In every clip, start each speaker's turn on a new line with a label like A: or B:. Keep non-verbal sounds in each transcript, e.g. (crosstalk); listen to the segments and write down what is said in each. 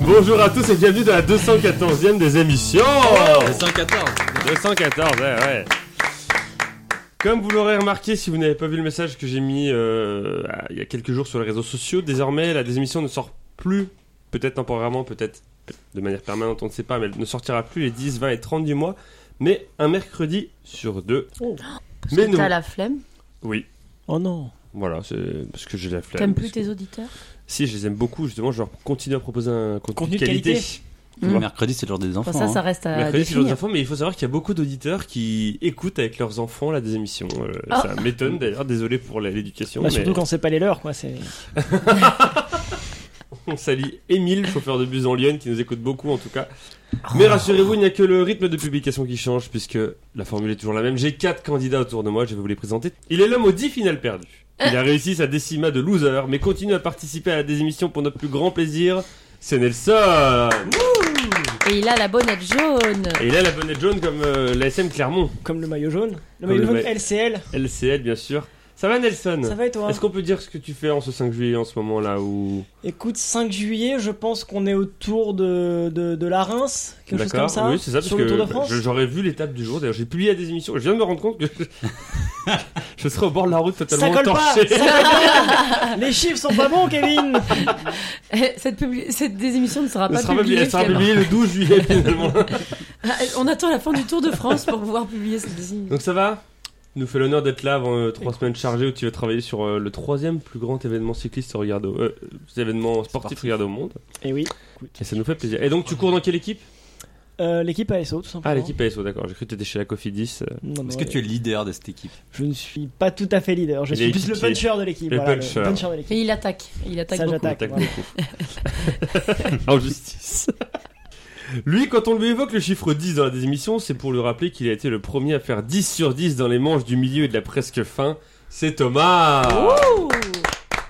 A: Bonjour à tous et bienvenue dans la 214e des émissions.
B: Oh
C: 114.
A: 214, ouais, ouais. Comme vous l'aurez remarqué, si vous n'avez pas vu le message que j'ai mis euh, à- il y a quelques jours sur les réseaux sociaux, désormais la désémission ne sort plus, peut-être temporairement, peut-être de manière permanente, on ne sait pas, mais elle ne sortira plus les 10, 20 et 30 du mois, mais un mercredi sur deux.
D: Oh, Parce
A: Mais
D: que
A: non.
D: t'as la flemme.
A: Oui,
C: Oh non.
A: voilà, c'est parce que j'ai la flemme.
D: T'aimes plus
A: parce
D: tes auditeurs
A: que- Si, je les aime beaucoup, justement, je leur continue à proposer un contenu,
C: Contenu
A: de
C: de
A: qualité.
C: qualité.
D: Mm.
B: Le mercredi, c'est l'heure des enfants.
D: Enfin, ça, ça
B: hein.
D: reste à
A: Mercredi, c'est l'heure des
D: définir.
A: enfants, mais il faut savoir qu'il y a beaucoup d'auditeurs qui écoutent avec leurs enfants la des émissions. Euh,
D: Ah.
A: Ça m'étonne d'ailleurs, désolé pour la- l'éducation.
C: Bah,
A: mais
C: Surtout quand c'est pas les leurs, quoi. C'est
A: (laughs) On salue Émile, chauffeur de bus en Lyon, qui nous écoute beaucoup en tout cas. Mais rassurez-vous, il n'y a que le rythme de publication qui change, puisque la formule est toujours la même. J'ai quatre candidats autour de moi, je vais vous les présenter. Il est l'homme aux 10 finales perdues. Il a réussi sa décima de loser, mais continue à participer à des émissions pour notre plus grand plaisir. C'est Nelson
D: Et il a la bonnette jaune. (laughs)
A: Et il a la bonnette jaune comme euh, l'ASM Clermont.
C: comme le maillot jaune. Le
A: Comme le
C: maillot jaune
A: ma-
C: LCL.
A: LCL, bien sûr. Ça va, Nelson
C: Ça va et toi hein
A: Est-ce qu'on peut dire ce que tu fais en ce 5 juillet en ce moment là où
C: Écoute, 5 juillet, je pense qu'on est autour de, de, de la Reims, quelque chose comme ça.
A: Oui, c'est ça, parce
C: sur le Tour de
A: que
C: France.
A: je- j'aurais vu l'étape du jour. D'ailleurs, j'ai publié à des émissions. Je viens de me rendre compte que je, je (laughs) serais au bord de la route
C: Ça
A: totalement
C: colle pas, ça
A: torché.
C: colle
A: (laughs)
C: pas. Les chiffres sont pas bons, Kevin
D: Cette, publi- cette désémission ne sera
A: Elle
D: pas
A: sera
D: publiée.
A: publiée- elle sera
D: finalement.
A: publiée le 12
C: (laughs)
A: juillet finalement.
D: Ah, On attend la fin du Tour de France pour pouvoir publier cette
A: (laughs)
D: désémission.
A: Donc ça va Tu nous fait l'honneur d'être là avant euh, trois semaines chargées où tu vas travailler sur euh, le troisième plus grand événement cycliste regardé au, euh, événement sportif
B: Sportif.
A: regardé au monde.
C: Et oui,
A: Et ça nous fait plaisir. Et donc tu cours dans quelle équipe
C: euh, l'équipe ASO, tout simplement.
A: Ah l'équipe ASO, d'accord. J'ai cru que t'étais chez la Cofidis. euh,
C: Non, non,
B: Est-ce que tu es leader de cette équipe
C: Je ne suis pas tout à fait leader, je
A: Il est
C: suis plus le
A: équipier.
C: puncher de l'équipe.
A: Le
C: voilà,
A: puncher.
C: le puncher de l'équipe.
D: Et il attaque. Il attaque
C: Ça,
D: beaucoup.
C: j'attaque.
A: Attaque
C: voilà.
A: beaucoup. (laughs) en justice. Lui, quand on lui évoque le chiffre 10 dans la désémission, c'est pour lui rappeler qu'il a été le premier à faire 10 sur 10 dans les manches du milieu et de la presque fin. C'est Thomas
D: Ouh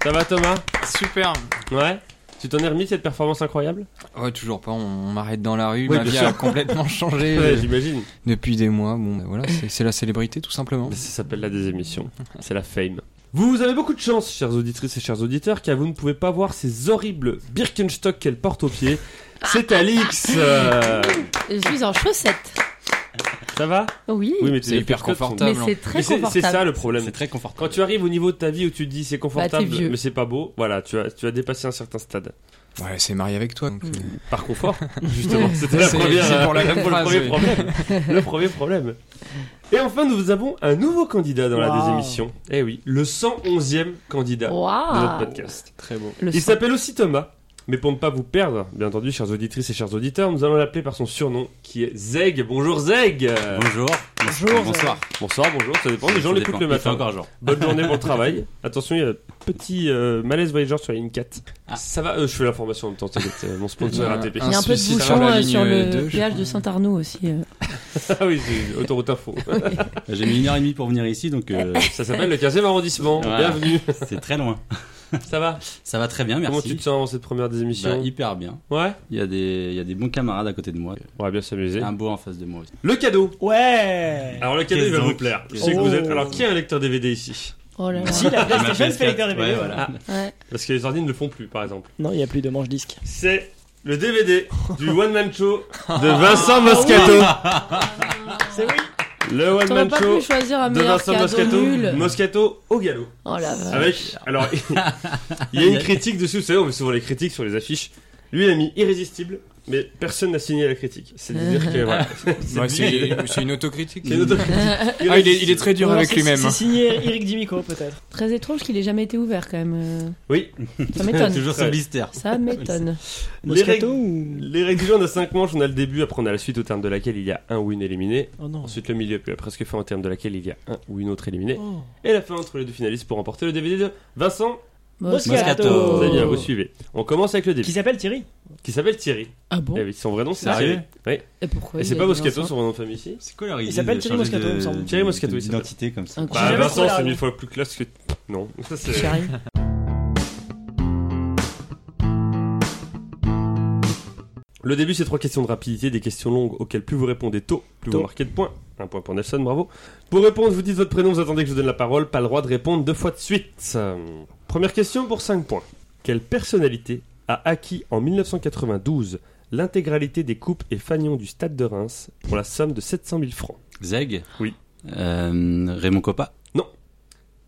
A: Ça va Thomas
E: Super.
A: Ouais Tu t'en es remis de cette performance incroyable
E: Ouais, toujours pas. On m'arrête dans la rue.
A: Ouais,
E: Ma
A: bien
E: vie
A: sûr.
E: a (laughs) complètement changé
A: Ouais,
E: euh,
A: j'imagine.
E: depuis des mois. Bon, ben voilà, c'est c'est la célébrité tout simplement.
A: Mais ça s'appelle la désémission. C'est la fame. Vous avez beaucoup de chance, chères auditrices et chers auditeurs, car vous ne pouvez pas voir ces horribles Birkenstock qu'elle porte au pied. C'est Alix
E: Ah.
A: euh,
D: Je suis en chaussettes.
A: Ça va
D: Oui.
A: Oui, mais tes
E: C'est hyper
A: Birkenstock sont-
D: mais
E: confortable.
D: c'est très
A: Mais c'est-
D: confortable.
A: C'est ça le problème.
B: C'est très
A: Quand
B: confortable.
A: tu arrives au niveau de ta vie où tu te dis c'est confortable
D: Bah, t'es vieux.
A: mais c'est pas beau, voilà, tu as, tu as dépassé un certain stade.
E: Ouais, c'est marié avec toi. donc,
D: Mm.
E: euh,
A: Par
D: (laughs)
A: confort, justement, c'était la
E: C'est-
A: première.
E: c'est pour la
A: euh,
E: même
A: le
E: phrase,
A: premier
E: oui.
A: problème. Le premier problème. Et enfin, nous avons un nouveau candidat dans la
C: Wow.
A: désémission. Eh oui, le 111e candidat de notre
D: Waouh.
A: podcast.
E: Très beau.
D: Le
A: Il
D: sang.
A: s'appelle aussi Thomas. Mais pour ne pas vous perdre, bien entendu, chers auditrices et chers auditeurs, nous allons l'appeler par son surnom qui est Zeg. Bonjour Zeg
B: Bonjour.
C: Bonjour.
B: Bonsoir.
A: Bonsoir, bonjour, ça dépend, les gens
B: Ça
A: l'écoutent
B: dépend.
A: le
B: Il fait
A: matin.
B: encore jour.
A: Bonne journée pour le travail. Attention, il y a un petit euh, malaise voyageur sur la ligne 4.
B: Ah.
A: Ça va, euh, je fais la formation en même temps, t'inquiète, c'est mon sponsor
E: Ouais.
A: RATP.
D: Il y a un peu de
E: Suicide
D: bouchon
E: sur la
D: euh,
E: ligne,
D: sur
E: euh,
D: le
E: deux, je
D: péage
E: crois.
D: de Saint-Arnaud aussi. euh.
A: Ah oui, c'est autoroute info.
B: J'ai mis une heure et demie pour venir ici, donc
A: (laughs)
B: euh,
A: Ça s'appelle le 15e arrondissement.
B: Voilà.
A: Bienvenue.
B: c'est très loin.
A: Ça va
B: Ça va très bien,
A: Comment tu
B: merci.
A: te sens avant cette première des
B: Bah,
A: émissions
B: hyper bien.
A: Ouais
B: Il y, a des, il y a des bons camarades à côté de moi.
A: On va bien s'amuser.
B: Un beau en face de moi aussi.
A: Le cadeau
C: Ouais
A: Alors le cadeau, il va
B: Qu'est-ce
A: vous
B: donc
A: plaire. Je
B: Qu'est-ce
A: sais que
C: donc
A: vous êtes... Alors qui a un lecteur DVD ici
D: Oh là là.
A: (laughs)
C: Si, la
B: Ma
C: PlayStation fait Ah,
B: PS4,
C: lecteur DVD.
B: ouais,
C: voilà.
B: (laughs) voilà.
D: Ouais.
A: Parce que les ordi ne le font plus, par exemple.
C: Non, il n'y a plus de manche disque.
A: C'est le DVD du One Man Show de Vincent Moscato.
C: C'est oui
A: Le One
D: T'aurais
A: Man
D: pas
A: Show
D: pu choisir un
A: de
D: meilleur
A: Vincent
D: cadeau
A: Moscato.
D: nul.
A: Moscato au galop.
D: Oh la vache.
A: Avec, alors,
E: (laughs)
A: il y a une critique dessus, vous savez, on met souvent les critiques sur les affiches. Lui, il a mis irrésistible, mais personne n'a signé la critique. C'est de dire que, voilà.
E: Ouais,
A: c'est-
E: C'est (laughs) c'est une autocritique.
A: c'est une autocritique.
E: Ah, il, est, il est très dur
C: Ou alors
E: avec
C: c'est-
E: lui-même. hein.
C: C'est signé Eric Dimico, peut-être.
D: Très étrange qu'il ait jamais été ouvert quand même. euh.
A: Oui. (laughs)
D: Ça m'étonne.
B: Toujours ce
A: Ouais.
B: blister.
D: Ça m'étonne.
A: Les
C: Moscato
A: règles,
C: ou.
A: les règles du jeu, on a 5 manches, on a le début, après on a la suite au terme de laquelle il y a un ou une éliminée.
C: Oh non.
A: Ensuite le milieu, puis la presque fin au terme de laquelle il y a un ou une autre éliminée.
C: Oh.
A: Et la fin entre les deux finalistes pour remporter le DVD de Vincent.
C: Moscato.
B: Moscato.
A: Vous
B: Oh.
A: avez bien, vous suivez. On commence avec le
C: Qui
A: début,
C: s'appelle Thierry.
A: qui s'appelle Thierry.
D: Ah bon
A: Eh oui, son vrai nom, c'est
B: Sérieux
A: Thierry. Oui.
D: Et pourquoi
A: Et
D: il
A: c'est
D: a
A: pas
D: dit
A: Moscato,
D: Vincent
A: son nom de famille ici
B: C'est quoi leur idée
C: s'appelle
B: de
C: Thierry
B: changer
C: Moscato,
B: de-
C: il me semble.
A: Thierry Moscato,
B: de-
A: il s'appelle.
B: D'identité comme ça.
D: Incroyable.
A: Bah,
C: jamais
A: Vincent,
C: trouvé la
A: c'est mille
C: raison.
A: fois plus classe que. Non, ça c'est.
D: Thierry.
A: Le début, c'est trois questions de rapidité, des questions longues auxquelles plus vous répondez tôt, plus vous
C: Tôt.
A: marquez de points. Un point pour Nelson, bravo. Pour répondre, vous dites votre prénom, vous attendez que je vous donne la parole, pas le droit de répondre deux fois de suite. Euh, Première question pour 5 points. Quelle personnalité a acquis en 1992 l'intégralité des coupes et fanions du stade de Reims pour la somme de 700 000 francs.
C: Ah.
B: Zeg
A: Oui.
B: Euh, Raymond Coppa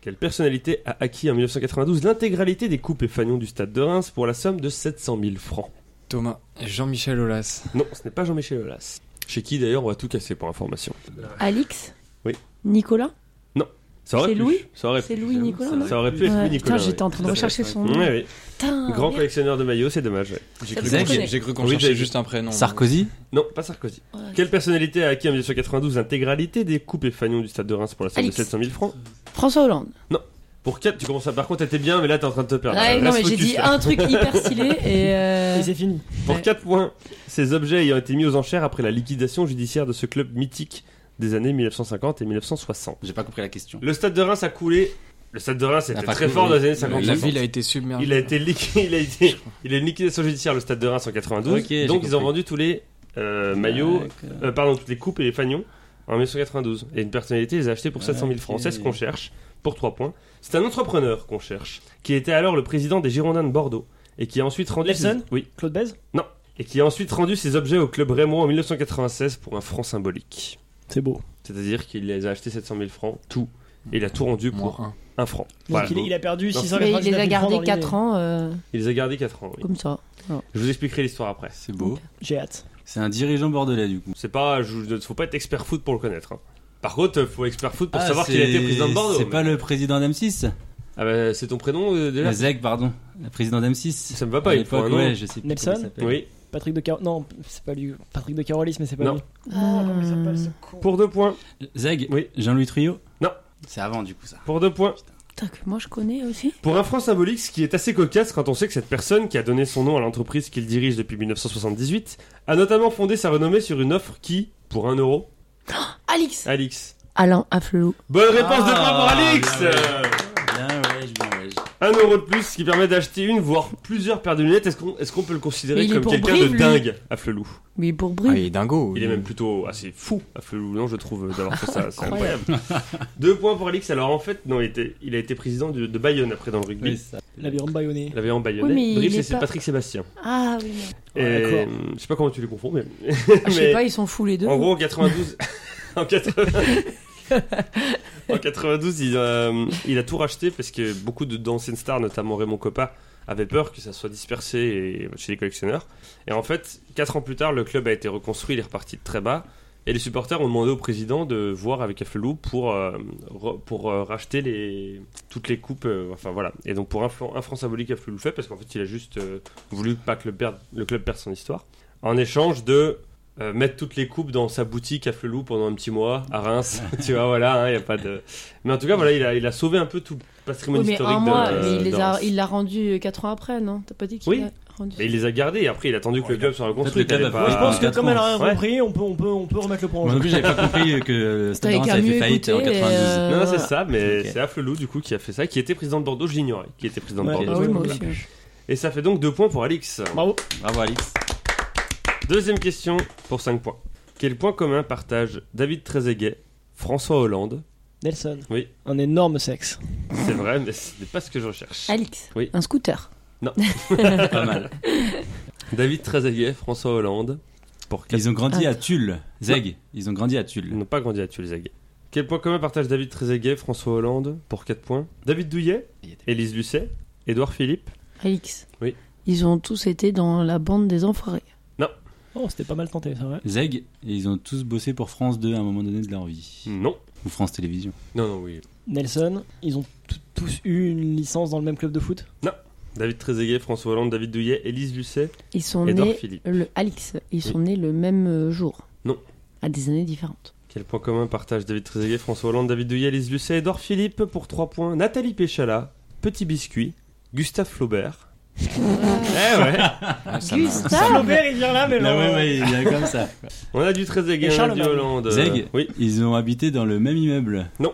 A: Quelle personnalité a acquis en 1992 l'intégralité des coupes et fanions du stade de Reims pour la somme de 700 000 francs
E: Thomas, Jean-Michel Aulas.
A: Non, ce n'est pas Jean-Michel Aulas. Chez qui d'ailleurs on va tout casser pour information.
D: Alix
A: Oui.
D: Nicolas
A: Ça aurait
D: C'est
A: pu.
D: Louis
A: Ça aurait
D: C'est
A: pu.
D: Louis Nicolas, non
A: Ça aurait pu être
D: Ouais,
A: Louis
D: Putain,
A: Nicolas. oui.
D: j'étais en train de
B: Ça,
D: rechercher
B: c'est
D: son
A: Oui,
D: nom.
A: oui.
D: Putain,
A: Grand
D: merde.
A: collectionneur de maillots, c'est dommage. ouais.
E: J'ai
D: Ça
E: cru
D: me
E: qu'on-
D: reconnaît.
E: j'ai cru qu'on
A: Oui,
E: cherchait
A: j'ai-
E: juste un prénom.
B: Sarkozy
A: Non, pas Sarkozy.
D: Ouais.
A: Quelle personnalité a acquis en 1992 l'intégralité des coupes et fanions du stade de Reims pour la somme de
D: Alix.
A: 700 000 francs
D: François Hollande.
A: Pour 4, tu commences à... Par contre, t'étais bien, mais là, t'es en train de te perdre.
D: Ouais,
A: Ah, Reste
D: non, mais j'ai
A: focus,
D: dit
A: là.
D: un truc hyper
A: (laughs)
D: stylé et. euh,
C: Et c'est fini.
A: Pour
D: Ouais.
A: 4 points, ces objets ayant été mis aux enchères après la liquidation judiciaire de ce club mythique des années 1950 et 1960.
B: J'ai pas compris la question.
A: Le stade de Reims a coulé. Le stade de Reims
E: Ah,
A: était
E: pas
A: très
E: cool,
A: fort
E: oui.
A: dans les années
E: La
A: 50
E: ville a été
B: Hein.
E: submergée.
A: Il a été liquidé, (laughs) il a été, il a une liquidation judiciaire le stade de Reims en 92.
B: Ok, j'ai
A: donc ils ont
B: compris.
A: vendu tous les euh, maillots,
B: D'accord.
A: euh, pardon, toutes les coupes et les fanions en 1992. Et une personnalité les a achetés pour 700 000 francs.
B: Ok.
A: C'est ce qu'on cherche pour 3 points. C'est un entrepreneur qu'on cherche, qui était alors le président des Girondins de Bordeaux et qui a ensuite rendu ses,
C: Lefson
A: oui,
C: Claude Bèze
A: et qui a ensuite rendu ses objets au club Raymond en 1996 pour un franc symbolique.
C: C'est beau.
A: C'est-à-dire qu'il les a achetés 700 000 francs tout. Et il a tout rendu pour
E: Moins un.
A: un franc.
C: Donc
A: Voilà.
C: il, il a perdu
A: Non,
C: 600
D: Mais il les a gardés 4 ans euh,
A: Il les a gardés 4 ans. oui.
D: comme ça.
A: Je vous expliquerai l'histoire après.
B: C'est beau.
C: J'ai hâte.
B: C'est un dirigeant bordelais du coup.
A: C'est pas, je, je- faut pas être expert foot pour le connaître. hein. Par contre, euh, faut expert foot pour savoir qu'il a été président de Bordeaux.
B: Ah, C'est
A: mais-
B: pas le président d'M6
A: Ah bah, c'est ton prénom euh, déjà.
B: Zeg, pardon. Le président d'M6
A: Ça me va
B: À
A: pas. Il faut
B: l'époque,
A: un nom.
B: ouais, je sais plus
C: Nelson
B: comment il s'appelle.
A: Oui.
C: Patrick de Car... Non, c'est pas lui. Patrick de Carolis, mais c'est pas
A: Non.
C: lui.
D: Ah, comment il s'appelle, ce
C: con
A: Pour deux points.
B: Zeg
A: Oui.
B: Jean-Louis Trio
A: Non.
B: C'est avant du coup ça.
A: Pour deux points.
D: Putain, que moi je connais aussi.
A: Pour un franc symbolique, ce qui est assez cocasse quand on sait que cette personne, qui a donné son nom à l'entreprise qu'il dirige depuis 1978, a notamment fondé sa renommée sur une offre qui, pour un euro, Ah.
D: Alix
A: Alix.
D: Alain Afflelou.
A: Bonne réponse de points pour
B: Ah,
A: Alix.
B: bien, ouais.
A: Euh,
B: Bien ouais, je bien ouais. je-
A: Un euro de plus, ce qui permet d'acheter une, voire plusieurs paires de lunettes. Est-ce qu'on, est-ce qu'on peut le
D: Mais
A: considérer
D: il est
A: comme
D: pour
A: quelqu'un
D: Brive,
A: de
D: lui.
A: dingue, à Flelou
D: Mais pour
E: Ah,
D: Brive.
E: il est dingo.
A: Il est
E: lui.
A: même plutôt assez fou à Flelou, non je trouve, euh, d'avoir fait ça. C'est incroyable. Deux points pour Alix. Alors en fait, non, il, était, il a été président du- de Bayonne après dans le rugby.
B: Oui, c'est ça.
C: Il avait rembaillonné.
A: Il avait en Bayonne.
D: Oui, mais il est
A: Brive, c'est
D: pas-
A: Patrick Sébastien.
D: Ah oui. non.
A: Et,
C: Ouais, d'accord.
A: euh, je sais pas comment tu les confonds, mais.
D: Ah, Je
A: mais
D: sais pas, ils sont fous les deux.
A: en gros, en
D: (laughs)
A: 92. en 80 en 92, il, euh, il a tout racheté parce que beaucoup de d'anciennes stars, notamment Raymond Coppa, avaient peur que ça soit dispersé et- chez les collectionneurs. Et en fait, 4 ans plus tard, le club a été reconstruit, il est reparti de très bas. Et les supporters ont demandé au président de voir avec Affelou pour, euh, re- pour euh, racheter les, toutes les coupes. euh, enfin voilà. Et donc pour un, flan- un franc symbolique, Affelou le fait parce qu'en fait, il a juste euh, voulu pas que le, perde- le club perde son histoire. En échange de euh, mettre toutes les coupes dans sa boutique à Flelou pendant un petit mois à Reims. tu vois, voilà, il y a pas de. Mais en tout cas, voilà, il a, il a sauvé un peu tout le
D: Oui,
A: patrimoine
D: mais
A: historique
D: un mois,
A: de,
D: mais il les
A: de
D: a-
A: Reims.
D: il l'a rendu 4 ans après, non T'as pas dit qu'il
A: euh, Oui.
D: l'a rendu
A: Mais il les a gardés et après il a attendu que le club soit reconstruit.
B: le club
A: t'avais
B: a-
A: pas-
B: Moi,
C: Je pense que
B: quatre
C: comme elle a rien
A: Ah, ans. Ouais.
C: compris, on peut, on, peut, on peut remettre le point en
B: Moi
C: jeu.
B: non plus, j'avais pas compris que euh, le
D: T'avais
B: Stade de Reims
D: qu'à
B: avait
D: mieux
B: fait faillite en
D: écouter,
B: 92.
D: euh,
A: Non, c'est ça, mais
B: Ok.
A: c'est Afflelou du coup qui a fait ça, qui était président de Bordeaux, je l'ignorais, qui était président de
C: Ouais.
A: Bordeaux.
D: Ah oui, moi
C: Voilà.
D: aussi.
A: Et ça fait donc deux points pour Alix.
C: Bravo.
B: Bravo Alix.
A: Deuxième question pour 5 points. Quel point commun partagent David Trezeguet, François Hollande
C: Nelson.
A: Oui.
C: Un énorme sexe.
A: C'est vrai, mais ce n'est pas ce que je recherche.
D: Alix.
A: Oui.
D: Un scooter.
B: Pas mal.
A: David Trezeguet, François Hollande, pour
B: Ils ont grandi à
D: Attends.
B: Tulle. Zeg, ils ont grandi à
A: Ils
B: Tulle.
A: n'ont pas grandi à Tulzag. Quel point commun partagent David Trezeguet, François Hollande pour 4 points David Douillet, Élise Lucet, Édouard Philippe.
D: Alix.
A: Oui.
D: Ils ont tous été dans la bande des enfoirés.
C: Oh, c'était pas mal tenté, c'est vrai.
B: Zeg, et ils ont tous bossé pour France 2 à un moment donné de leur vie.
A: Non.
B: Ou France Télévisions.
A: Non, non, oui.
C: Nelson, ils ont t- tous eu une licence dans le même club de foot
A: David Trezeguet, François Hollande, David Douillet, Élise Lucet,
D: Ils sont
A: Édouard
D: nés.
A: Philippe.
D: Le... Alix, ils sont nés le même euh, jour.
A: Non.
D: À des années différentes.
A: Quel point commun partagent David Trezeguet, François Hollande, David Douillet, Élise Lucet, Édouard Philippe pour 3 points Nathalie Péchala, Petit Biscuit, Gustave Flaubert. eh ouais
E: Ah, ça m'a-
D: Gustave
C: il vient là, mais
B: Ah ouais, ouais, il est comme ça.
A: On a du Trezeguet,
C: Et
A: on a
C: Charles
A: du
C: Marmont.
A: Hollande.
B: Zeg,
A: Oui.
B: ils ont habité dans le même immeuble.
A: Non.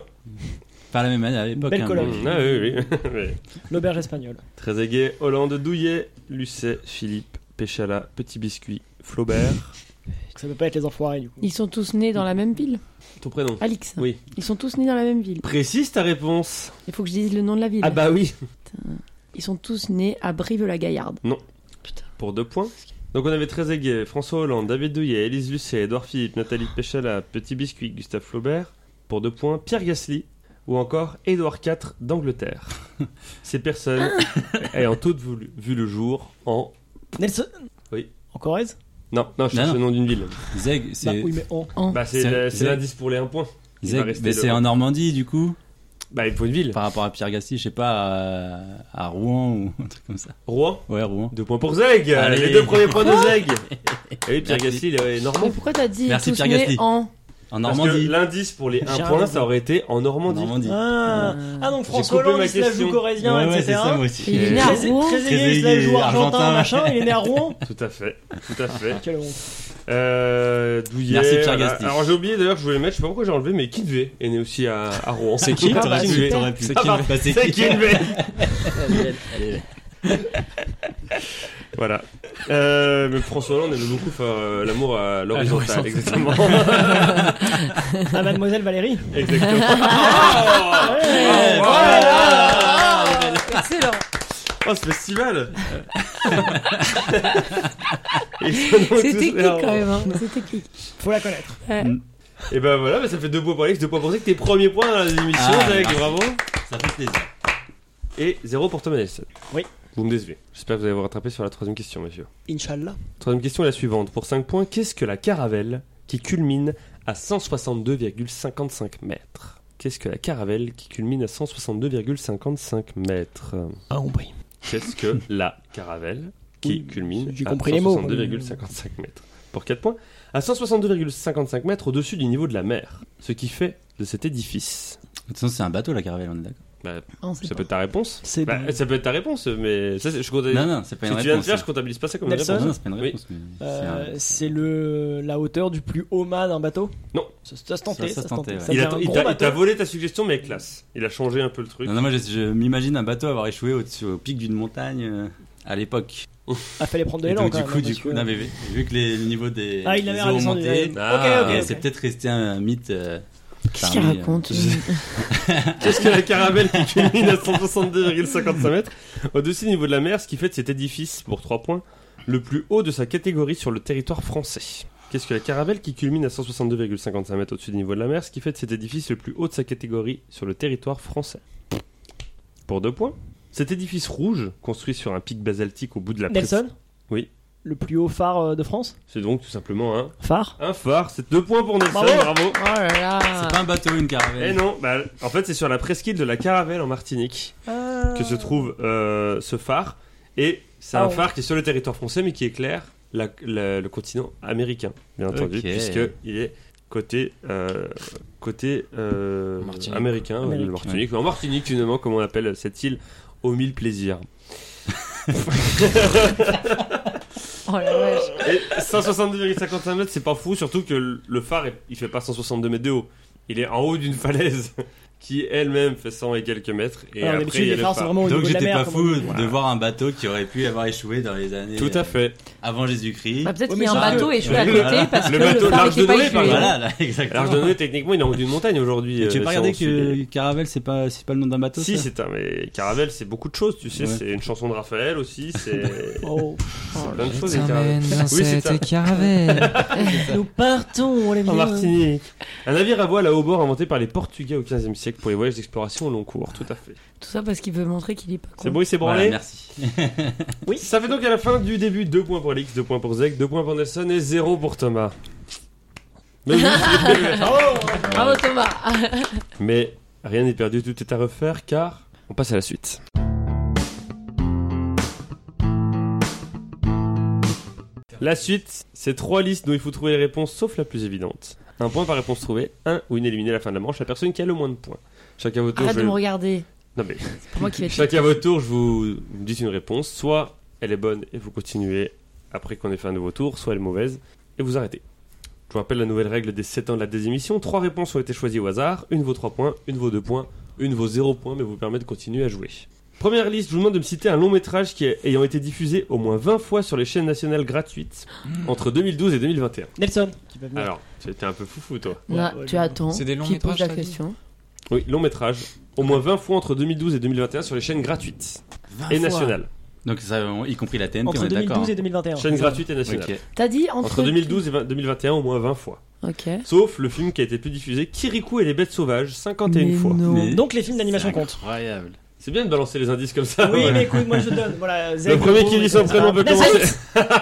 B: Pas la même année à l'époque. hein,
C: Belle
A: Ah
C: coloc.
B: mais-
A: oui, oui. oui. (laughs)
C: L'auberge espagnole.
A: Trezeguet, Hollande, Douillet, Lucet, Philippe, Péchala, Petit Biscuit, Flaubert.
C: Ça peut pas être les enfoirés, du coup.
D: Ils sont tous nés dans la même ville.
A: Ton prénom
D: Alix.
A: Oui.
D: Ils sont tous nés dans la même ville.
A: Précise ta réponse.
D: Ah Il faut que je dise le nom de la ville.
A: Ah bah oui.
D: Ils sont tous nés à Brive-la-Gaillarde.
A: Non. pour deux points. Donc on avait Trezeguet, François Hollande, David Douillet, Élise Lucet, Edouard Philippe, Nathalie Péchala, Petit Biscuit, Gustave Flaubert pour deux points, Pierre Gasly ou encore Édouard IV (laughs) d'Angleterre. Ces (laughs) personnes ayant toutes voulu- vu le jour en...
C: Nelson
A: Oui.
C: En Corrèze
A: Non, non, je cherche
B: Non,
A: le nom d'une ville.
B: Zeg, c'est
C: Bah oui, mais en.
A: Bah, c'est
B: C'est-
A: la- c'est
B: c'est-
A: l'indice pour les 1 point. il va
B: Zeg,
A: rester
B: mais
A: le-
B: c'est en Normandie du coup,
A: Bah, il faut une ville.
B: par rapport à Pierre Gassi, je sais pas, à, à Rouen ou (laughs) un truc comme ça.
A: Rouen,
B: Ouais, Rouen.
A: deux points pour Zeg
B: Allez.
A: Les deux premiers points (laughs) de Zeg Et oui, Pierre
B: Merci.
A: Gasly, il est
D: Mais
A: normand.
D: pourquoi t'as dit
B: Merci,
D: tous
B: Pierre
D: nés
B: Gasly.
D: en
B: En
A: Parce
B: Normandie.
A: que l'indice pour les 1
C: J'ai
A: point,
C: raison.
A: ça aurait été en Normandie.
B: Normandie.
C: Ah, ah, donc François
A: coupé ma
C: Hollande, il se la
A: question.
C: joue corésien,
B: ouais, c'est
C: etc.
B: ça moi aussi.
D: Il est né à
C: Trés-
D: Rouen.
C: Trezeguet, il se la joue
B: Trezeguet,
C: argentin,
B: Argentin.
C: machin, il est né à Rouen.
A: Tout à fait, tout à fait.
C: (laughs) Quelle honte.
A: Euh, Douillet.
B: Merci, Pierre
A: euh,
B: Gasly.
A: Alors j'ai oublié d'ailleurs, je voulais le mettre, je sais pas pourquoi j'ai enlevé, mais Kinvé est né aussi à, à Rouen.
B: C'est
A: (laughs)
B: qui
D: Ah,
B: T'aurais
D: bah,
B: pu,
D: super.
B: t'aurais pu.
A: C'est qui
B: Bah, c'est
A: C'est
B: qui
A: Kinvé (laughs) Voilà. Euh, mais François Hollande aime beaucoup faire euh, l'amour à l'horizontale.
E: l'horizontale.
B: (laughs)
A: Exactement.
C: Ah, mademoiselle Valérie.
A: exactement.
B: (laughs)
C: Ouais.
A: Oh, ah,
D: Voilà. Ah, Excellent.
A: oh, ce
B: (laughs)
A: festival
D: C'est technique quand même. hein. C'est technique. Mm.
C: Faut la connaître.
D: Ouais.
A: Et ben voilà, bah, ça fait deux points pour Alex, deux points pour Zach. Tes premiers points dans les émissions,
B: Ah,
A: Zach,
B: merci.
A: bravo.
B: Ça fait plaisir.
A: Et zéro pour Thomas Nelson.
C: Oui.
A: Vous me décevez. J'espère que vous allez vous rattraper sur la troisième question, monsieur.
C: Inch'Allah.
A: Troisième question est la suivante. Pour 5 points, qu'est-ce que la caravelle qui culmine à 162,55 mètres Qu'est-ce que la caravelle qui culmine à 162,55 mètres
C: Ah, compris.
A: Qu'est-ce que
C: (laughs)
A: la caravelle qui
C: Oui,
A: culmine
C: j'ai
A: à
C: compris les mots.
A: 162,55 mètres Pour 4 points, à 162,55 mètres au-dessus du niveau de la mer. Ce qui fait de cet édifice.
B: De toute façon, c'est un bateau la caravelle, on est d'accord.
D: On sait
A: Ça
D: pas.
A: peut être ta réponse
C: C'est
A: Bah,
C: bon.
A: Ça peut être ta réponse, mais ça, c'est- je compte...
B: Non, non, c'est pas
A: Si
B: une
A: tu viens de
B: réponse. hein.
A: faire, je comptabilise pas ça comme une
C: Nelson
A: réponse.
B: Non, non, c'est pas une
A: Oui.
B: réponse. mais c'est un-
C: Euh, C'est le la hauteur du plus haut mât d'un bateau
A: Non.
C: Ça, ça se
B: Ça,
C: tentait.
B: ça
C: Ça, se tentait.
B: tentait,
C: Ça
B: ouais.
A: Il
C: faisait
A: a-
C: un
A: il
C: gros
A: t'a il
C: bateau.
A: t'a volé ta suggestion, mais classe. Il a changé un peu le truc.
B: Non, non, moi je, je m'imagine un bateau avoir échoué au-dessus au pic d'une montagne euh, à l'époque.
C: Ah, fallait prendre de
B: Et
C: l'élan
B: donc,
C: quand
B: du
C: même,
B: coup,
C: hein,
B: du
C: parce
B: coup,
C: que-
B: non, mais vu vu que les, le niveau des
C: Ah, il avait
B: des eaux
C: redescendu.
B: montait,
C: ouais.
A: Ah,
C: ok,
B: euh,
C: ok, ok.
B: c'est peut-être resté un, un mythe. euh,
D: Qu'est-ce qu'il
A: hein.
B: parmi, euh,
D: raconte
B: je-
A: (laughs) Qu'est-ce que la caravelle qui culmine à 162,55 mètres au-dessus du niveau de la mer, ce qui fait de cet édifice, pour 3 points, le plus haut de sa catégorie sur le territoire français Qu'est-ce que la caravelle qui culmine à 162,55 mètres au-dessus du niveau de la mer, ce qui fait de cet édifice le plus haut de sa catégorie sur le territoire français Pour 2 points, cet édifice rouge, construit sur un pic basaltique au bout de la
C: Nelson
A: Oui.
C: Le plus haut phare euh, de France
A: C'est donc tout simplement un,
C: Phare
A: un phare. C'est 2 points pour Nelson,
C: Bravo.
A: bravo.
D: Oh là
B: C'est
D: là.
B: pas un bateau, une
A: Eh
B: caravelle.
A: non, bah, en fait c'est sur la presqu'île de la Caravelle en Martinique que se trouve euh, ce phare. Et c'est
C: Ah
A: un
C: ouais.
A: phare qui est sur le territoire français mais qui éclaire la- la- le continent américain, bien entendu,
B: Ok.
A: puisqu'il est côté, euh, côté euh,
E: Martinique.
A: américain,
C: Amérique,
A: euh, Martinique. En Martinique finalement, comme on appelle cette île aux mille plaisirs.
D: Oh la vache.
A: Et (laughs) 162,55 mètres, c'est pas fou, surtout que le phare, il fait pas 162 mètres de haut. Il est en haut d'une falaise (laughs) qui elle-même fait 100 et quelques mètres. Et
C: Alors,
A: après, il y
C: d'habitude,
A: a
C: les
A: le
C: phares
A: phare.
C: sont vraiment au
B: Donc
C: niveau de la
B: j'étais
C: mer.
B: pas
C: comme
B: fou
C: on
B: de
C: dit.
B: voir un bateau qui aurait pu avoir échoué dans les années
A: Tout à
B: euh,
A: fait.
B: avant Jésus-Christ.
D: Bah, peut-être
C: Ouais,
D: qu'il y a
C: mais
D: un
C: ça,
D: bateau
C: le-
D: échoué à
B: le-
D: côté parce
A: le
D: que
A: bateau de
D: phare
A: l'Arche
D: était
A: de
D: pas
A: Noé, par
D: échoué.
B: Voilà, là, (laughs) exactement.
A: Alors, je donne techniquement, il est en haut d'une montagne aujourd'hui.
B: Et tu
A: euh,
B: as pas
A: si
B: regardé
A: on suit
B: que caravelle, c'est pas, c'est pas le nom d'un
A: les-
B: bateau
A: Si,
B: ça
A: c'est un. Mais Caravelle, c'est beaucoup de choses, tu sais.
B: Ouais.
A: C'est une chanson de Raphaël aussi.
B: (laughs)
A: C'est c'est
C: Oh.
A: plein de choses, les caravelles.
E: dans
A: Oui, c'est ça.
E: cette (laughs) caravelle.
C: Nous partons, les
A: En
C: miens.
A: Martinique. Un navire à voile à haut bord inventé par les Portugais au 15 siècle pour les voyages d'exploration au long cours. Tout à fait.
D: Tout ça parce qu'il veut montrer qu'il est pas con.
A: C'est bon, il s'est
B: Voilà,
A: branlé
B: merci. (laughs)
A: Oui. Ça fait donc à la fin du début 2 points pour Alix, 2 points pour Zek, 2 points pour Nelson et 0 pour Thomas. Mais, oui,
D: Bravo Thomas.
A: mais rien n'est perdu, tout est à refaire car on passe à la suite. La suite, c'est trois listes dont il faut trouver les réponses sauf la plus évidente. Un point par réponse trouvée, un ou une éliminée à la fin de la manche, la personne qui a le moins de points. Chacun votre tour.
D: Arrête
A: je-
D: de me regarder.
A: Non, mais
D: C'est pour moi qui vais être.
A: Chacun à votre tour, je vous, vous me dites une réponse. Soit elle est bonne et vous continuez après qu'on ait fait un nouveau tour, soit elle est mauvaise et vous arrêtez. Je vous rappelle la nouvelle règle des 7 ans de la désémission. Trois réponses ont été choisies au hasard. Une vaut 3 points, une vaut 2 points, une vaut 0 points, mais vous permet de continuer à jouer. Première liste, je vous demande de me citer un long métrage qui est- ayant été diffusé au moins 20 fois sur les chaînes nationales gratuites entre 2012 et 2021.
C: Nelson. Qui va venir.
A: Alors, c'était un peu foufou toi.
D: Non,
C: Ouais, ouais,
D: tu
C: ouais.
D: attends.
E: C'est des longs
D: Qui pose
E: métrages,
D: la
E: t'as dit
D: question
A: Oui, long métrage. Au moins 20 fois entre 2012 et 2021 sur les chaînes gratuites et nationales.
B: Donc, ça, on- y compris la TNT, on
C: Entre
B: est d'accord. hein.
C: 2012 et 2021.
A: hein. Chaîne gratuite et nationale.
B: Ok.
D: T'as dit entre,
A: Entre 2012 et 20- 2021, au moins 20 fois.
D: Ok.
A: Sauf le film qui a été plus diffusé, Kirikou et les bêtes sauvages, 51
D: Mais
A: fois.
D: non.
B: Mais-
C: Mmh. Donc les films d'animation
B: C'est
C: comptent.
B: Incroyable.
A: C'est bien de balancer les indices comme ça.
C: Oui,
A: ouais.
C: mais écoute, moi je donne. Voilà,
A: Le premier qui dit son prénom
C: Bah,
A: peut commencer.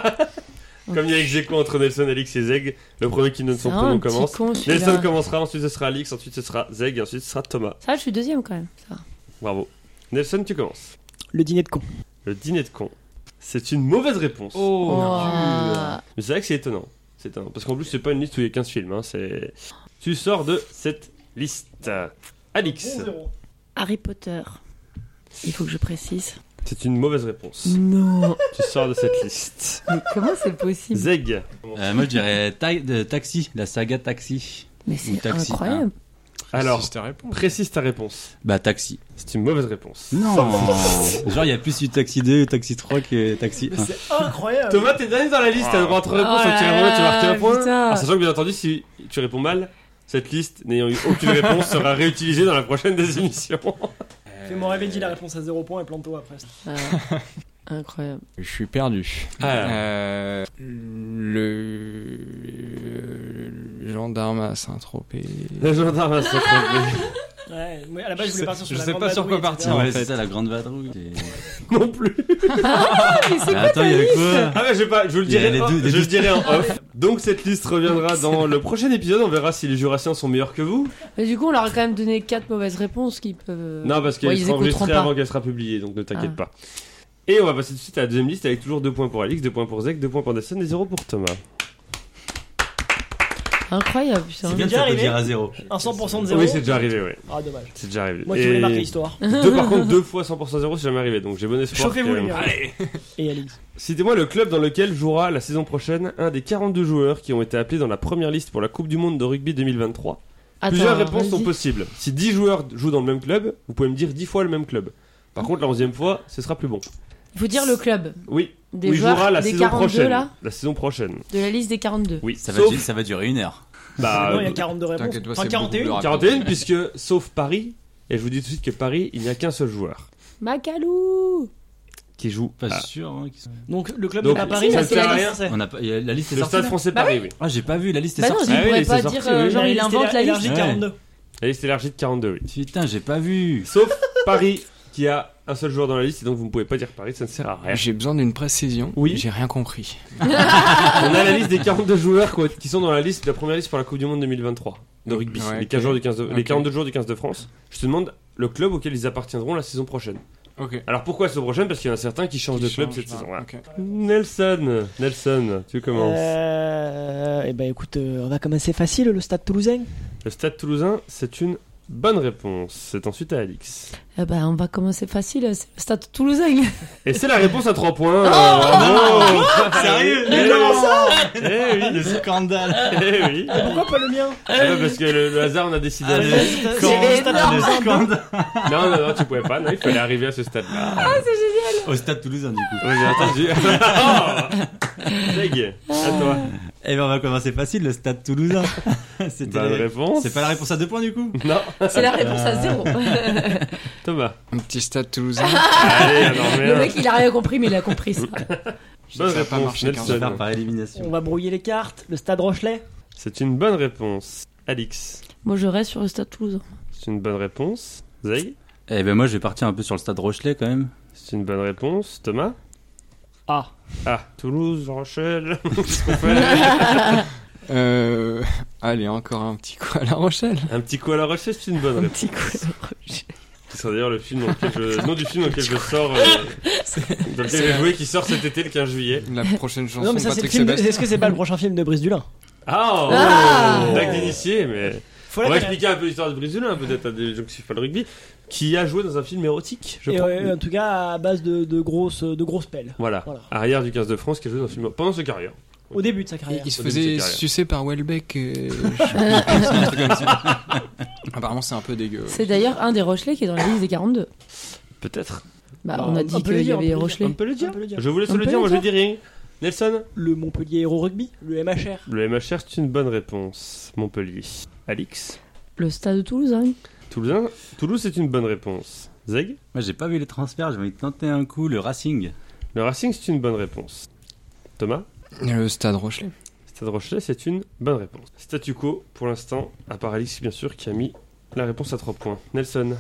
A: (laughs) Comme il y a ex aequo entre Nelson, Alix et Zeg, le premier qui donne son
D: Ah,
A: prénom
D: un petit
A: commence.
D: con, celui-là.
A: Nelson commencera, ensuite ce sera Alix, ensuite ce sera Zeg, et ensuite ce sera Thomas.
D: Ça, va, je suis deuxième quand même. Ça va.
A: Bravo. Nelson, tu commences.
C: Le dîner de con.
A: Le dîner de con. C'est une mauvaise réponse.
C: Oh.
D: Oh.
A: Mais c'est vrai que c'est étonnant. C'est étonnant. Parce qu'en plus, c'est pas une liste où il y a 15 films. hein, c'est- Tu sors de cette liste. Alix,
D: Harry Potter. Il faut que je précise.
A: c'est une mauvaise réponse.
D: Non.
A: tu sors de cette liste.
D: Mais comment c'est possible
A: Zeg,
B: Euh, moi, je dirais ta- de Taxi, la saga Taxi.
D: Mais
B: Ou
D: c'est
B: taxi,
D: (laughs) incroyable.
A: alors,
E: Si je te réponds.
A: précise ta réponse.
B: Bah, Taxi.
A: C'est une mauvaise réponse.
B: Non (laughs) Genre, il y a plus eu Taxi 2, Taxi 3 que Taxi 1.
C: C'est incroyable.
A: Thomas, t'es dernier dans la liste. T'as le droit à trois réponses.
D: Oh
A: donc tu
D: là
A: réponds, tu
D: là,
A: marques un point.
D: putain.
A: En sachant que, bien entendu, si tu réponds mal, cette liste, n'ayant eu aucune réponse, sera réutilisée dans la prochaine des émissions.
C: Fais-moi rêver, dis la réponse à 0 point et plante-toi après.
D: Ah, incroyable.
E: Je suis perdu.
A: Ah.
E: Euh, le... le gendarme à Saint-Tropez.
A: Le gendarme à Saint-Tropez.
C: Ouais, mais à la base, je
E: sais-
C: voulais partir sur
E: je
C: la
E: sais
C: grande
E: pas sur quoi
C: vadrouille, etc.
E: partir.
B: Ouais,
E: en fait.
B: c'est ça, la grande vadrouille.
A: non plus.
B: Ah, Attends, il y avait quoi
A: Ah ouais, je, vais pas, je vous le
B: Il y a
A: dirai,
B: les
A: en-
B: deux- les
A: je
B: deux-
A: le dirai en off. Donc cette liste reviendra dans le prochain épisode. On verra si les Jurassiens sont meilleurs que vous.
D: Mais du coup, on leur a quand même donné quatre mauvaises réponses qui peuvent. euh,
A: Non, parce qu'elle
D: Ouais, ils
A: sera
D: écouteront
A: enregistrée
D: pas.
A: avant qu'elle sera publiée, donc ne t'inquiète
D: Ah.
A: pas. Et on va passer tout de suite à la deuxième liste avec toujours 2 points pour Alix, 2 points pour Zek, 2 points pour Nelson et 0 pour Thomas.
D: Incroyable, putain.
B: C'est bien que ça peut
C: arrivé.
B: dire à zéro.
C: Un 100% de 0.
A: Oui, c'est déjà arrivé, ouais.
C: Ah, dommage.
A: C'est déjà arrivé.
C: Moi qui voulais
A: Et
C: marquer l'histoire.
A: deux, par contre, deux fois 100% 0, c'est jamais arrivé, donc j'ai bon espoir.
C: Chauffez-vous,
A: que-
C: les gars. Allez Et Alix.
A: Citez-moi le club dans lequel jouera la saison prochaine un des 42 joueurs qui ont été appelés dans la première liste pour la Coupe du Monde de rugby 2023.
D: Attends,
A: Plusieurs réponses sont
D: vas-y.
A: possibles. Si 10 joueurs jouent dans le même club, vous pouvez me dire 10 fois le même club. Par contre, la 11 fois, ce sera plus bon.
D: Il faut dire le club
A: Oui,
D: des
A: où il jouera
D: joueurs
A: la
D: des
A: saison
D: 42
A: prochaine.
D: là,
A: La saison prochaine.
D: de la liste des 42.
A: Oui,
B: Ça va,
A: sauf
B: du- ça va durer une heure.
A: bah,
C: (laughs) Non, il y a 42 réponses.
E: T'inquiète pas,
C: Enfin,
E: c'est beaucoup plus
C: 41.
E: rapide.
A: 41, puisque sauf Paris, et je vous dis tout de suite que Paris, il n'y a qu'un seul joueur
D: Macalou
A: qui joue. Ah.
B: Pas
A: à-
B: sûr. hein, qu'ils sont-
C: Donc, le club
A: Donc,
C: n'est pas Paris,
A: ça
C: mais
A: ne
C: c'est
A: sert à
C: la
A: rien.
C: liste.
B: On a pas- il y a- la liste est
A: Le
B: sortie.
A: Stade
B: là
A: français Paris, oui.
B: Ah, j'ai pas vu, la liste est
D: Bah non,
B: sortie.
D: il
A: Ah oui,
D: pourrait
A: mais
D: pas
A: c'est sorti,
D: dire euh,
A: oui.
D: genre il
C: liste
D: invente
C: est-
D: la
C: élargie
D: liste.
B: Ouais.
C: 42.
A: La liste élargie de 42, oui.
B: Putain, j'ai pas vu.
A: Sauf Paris, qui a un seul joueur dans la liste, et donc vous ne pouvez pas dire Paris, ça ne sert à
E: (laughs)
A: rien.
E: J'ai besoin d'une précision.
A: Oui.
E: J'ai rien compris.
A: On a la liste des 42 joueurs quoi, qui sont dans la liste, la première liste pour la Coupe du Monde 2023 de rugby.
E: Ouais,
A: les,
E: ok.
A: 15 jours du 15 de- les
E: Ok.
A: 42 jours du 15 de France. Je te demande le club auquel ils appartiendront la saison prochaine.
E: Ok.
A: Alors pourquoi la saison prochaine Parce qu'il y en a certains qui changent de
E: Qui
A: club
E: change,
A: cette
E: bah,
A: saison. là
E: ok.
A: Nelson, Nelson, tu commences.
C: Euh. Eh ben, écoute, euh, on va commencer facile le stade toulousain.
A: Le Stade Toulousain, c'est une bonne réponse. C'est ensuite à Alix.
D: Eh ben, on va commencer facile, euh, c'est le stade
A: (laughs)
D: toulousain.
A: Et c'est la réponse à 3 points. euh, bravo
B: (laughs) Sérieux
A: Eh oui. Eh oui,
B: Le scandale
A: eh oui.
C: Pourquoi pas le mien
A: Ah ouais, parce que le, le hasard on a décidé.
C: Ah,
A: de-
C: c'est-
B: Quand-
C: c'est le stade
B: Le
C: toulousain.
B: scandale
A: Non, non, non, tu pouvais pas. Non, il fallait arriver à ce stade-là.
B: Au stade toulousain, du coup.
A: Oui, j'ai entendu. oh Zeg, à toi.
B: Eh ben, on va commencer facile, le stade (laughs) toulousain. C'était.
A: Bonne réponse.
B: C'est pas Bah, la réponse à deux points, du coup
A: Non,
D: C'est la réponse à zéro.
A: Thomas.
E: Un petit stade
A: (laughs)
E: toulousain.
A: Allez, alors
D: (laughs) le
A: merde.
D: mec il a rien compris mais il a compris ça.
A: Bonne
E: Ça a pas
A: réponse,
E: marché,
B: On va faire
A: Nelson.
B: par
C: On
B: élimination.
C: va brouiller les cartes. Le stade Rochelet.
A: C'est une bonne réponse. Alix.
D: Moi je reste sur le stade toulousain.
A: C'est une bonne réponse. Zeg.
B: Eh ben, moi, je vais partir un peu sur le stade Rochelet, quand même.
A: C'est une bonne réponse. Thomas.
C: Ah.
A: Ah, Toulouse, Rochelle. (laughs) Qu'est-ce qu'on
C: (laughs)
A: fait
E: Euh, allez, encore un petit coup à La Rochelle.
A: Un petit coup à la Rochelle, c'est une bonne
D: Un
A: réponse.
D: petit coup. de
A: Ce sera d'ailleurs le film dans lequel je... le nom du film dans lequel je sors. euh, Dans lequel j'ai joué qui sort cet été le 15 juillet.
E: La prochaine chanson
C: Non, mais ça, c'est le
E: Patrick
C: film. de-
E: Sébastien.
C: Est-ce que c'est pas le prochain film de Brice Dulin
A: Ah,
D: Ah.
A: oh, Blague d'initié, mais. On
C: Faut la
A: va
C: connaître.
A: expliquer un peu l'histoire de Brésilien, peut-être à des gens qui suivent pas le rugby, qui a joué dans un film érotique, je
C: Et
A: crois.
C: ouais, en tout cas, à base de, de grosses, de grosses pelles.
A: Voilà.
C: Voilà.
A: arrière du 15 de France qui a joué dans un film pendant sa carrière.
C: Au début de sa carrière.
E: Il, il se
A: Au début de sa
E: faisait
A: carrière.
E: sucer par Welbeck. euh,
A: (laughs)
E: je- je pense, un truc comme ça. Apparemment, c'est un peu dégueu.
D: (laughs) C'est d'ailleurs un des Rochelais qui est dans la liste des 42.
A: Peut-être.
D: Bah,
C: Bah,
D: on a
C: on
D: dit
C: peut le
D: qu'il y
C: dire, on peut
D: avait
C: le dire.
D: Rochelais.
A: On peut le dire.
C: On peut le dire.
A: Je vous laisse
D: On
A: le
D: peut
A: dire,
D: le
A: moi je
D: dire.
A: dis rien. Nelson
C: Le Montpellier Hero Rugby, le MHR.
A: Le MHR, c'est une bonne réponse. Montpellier. Alix
D: Le stade hein. toulousain.
A: Toulousain Toulouse, c'est une bonne réponse. Zeg
B: Moi, j'ai pas vu les transferts, j'ai envie de tenter un coup, le Racing.
A: Le Racing, c'est une bonne réponse. Thomas
E: Le Stade Rochelet.
A: Stade Rochelet, c'est une bonne réponse. Statu quo, pour l'instant, à part Alix, bien sûr, qui a mis la réponse à 3 points. Nelson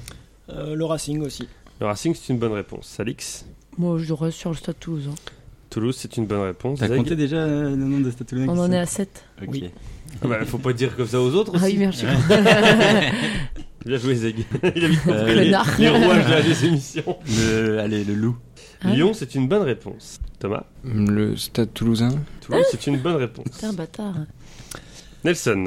C: Euh, le Racing aussi.
A: Le Racing, c'est une bonne réponse. Alix
D: Moi, je reste sur le Stade Toulouse. hein.
A: Toulouse, c'est une bonne réponse.
B: T'as
A: Zeg
B: compté déjà euh, le nom de Stade Toulousain
D: On
B: qui
D: en
B: c'est
D: est à 7.
B: Ok.
C: Oui.
A: Ah bah,
B: (laughs)
A: faut pas dire comme ça aux autres
D: Ah
A: aussi.
D: oui, merci.
A: Bien joué, Zeg. (laughs) Il a vite
B: (laughs)
A: compris
B: Euh,
A: les,
D: connard.
A: les rouages de la des émissions.
B: Le- allez, le loup.
D: Ah.
A: Lyon, c'est une bonne réponse. Thomas
E: Le Stade Toulousain.
A: Toulouse, c'est une bonne réponse.
D: T'es un bâtard.
A: Nelson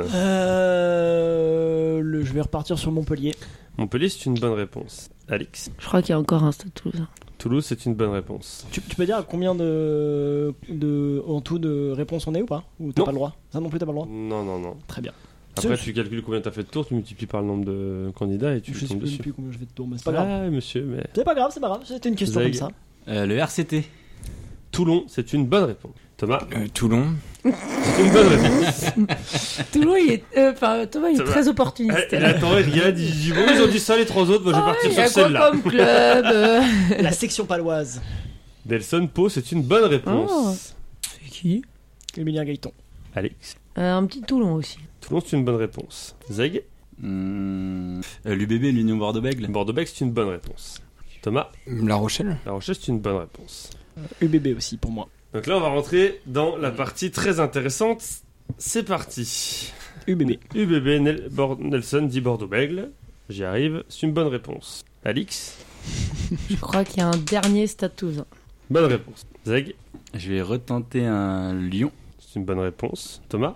C: Euh, le, je vais repartir sur Montpellier.
A: Montpellier, c'est une bonne réponse. Alix
D: Je crois qu'il y a encore un Stade (laughs) Toulouse. hein.
A: Toulouse, c'est une bonne réponse.
C: Tu, tu peux dire combien de, de en tout de réponses on est ou pas Ou t'as
A: Non.
C: pas le droit Ça non plus t'as pas le droit
A: Non, non, non.
C: Très bien.
A: Après,
C: C'est-
A: tu calcules combien t'as fait de tours, tu multiplies par le nombre de candidats et tu
C: je sais
A: tombes
C: plus,
A: dessus.
C: plus combien je vais te tourner, mais c'est pas grave.
A: Ah, monsieur, mais.
C: C'est pas grave, c'est pas grave, c'était une question
A: Zeg.
C: comme ça.
B: Euh, le RCT.
A: Toulon, c'est une bonne réponse. Thomas,
E: Euh, Toulon.
A: c'est une bonne (laughs) réponse.
D: Toulouse, il est, euh, enfin, Thomas, il est
A: Ça va.
D: très
A: Elle-
D: opportuniste.
A: elle attend, elle regarde, Eh, il dit bon, ils ont dit ça les trois autres, moi je vais
D: Ah,
A: partir
D: il y a
A: sur
D: quoi
A: celle-là.
D: comme
A: (laughs)
D: club euh
C: La section paloise. (laughs)
A: Nelson Pau, c'est une bonne réponse.
D: C'est qui
C: Emilien Gaëton.
A: Alex,
D: Euh, Un petit Toulon aussi.
A: Toulon, c'est une bonne réponse. Zeg,
B: Mmh. Euh, L'UBB, l'Union Bordeaux-Bègle.
A: Bordeaux-Bègles, c'est une bonne réponse. Thomas,
E: La Rochelle.
A: La Rochelle, c'est une bonne réponse.
C: UBB aussi pour moi.
A: Donc là, on va rentrer dans la partie très intéressante. C'est parti.
C: UBB.
A: UBB Nel- Bor- Nelson dit Bordeaux-Bègle. J'y arrive, c'est une bonne réponse. Alix,
D: Je crois qu'il y a un dernier
A: (laughs)
D: Stade Toulousain.
A: bonne réponse. Zeg,
B: Je vais retenter un Lyon.
A: c'est une bonne réponse. Thomas,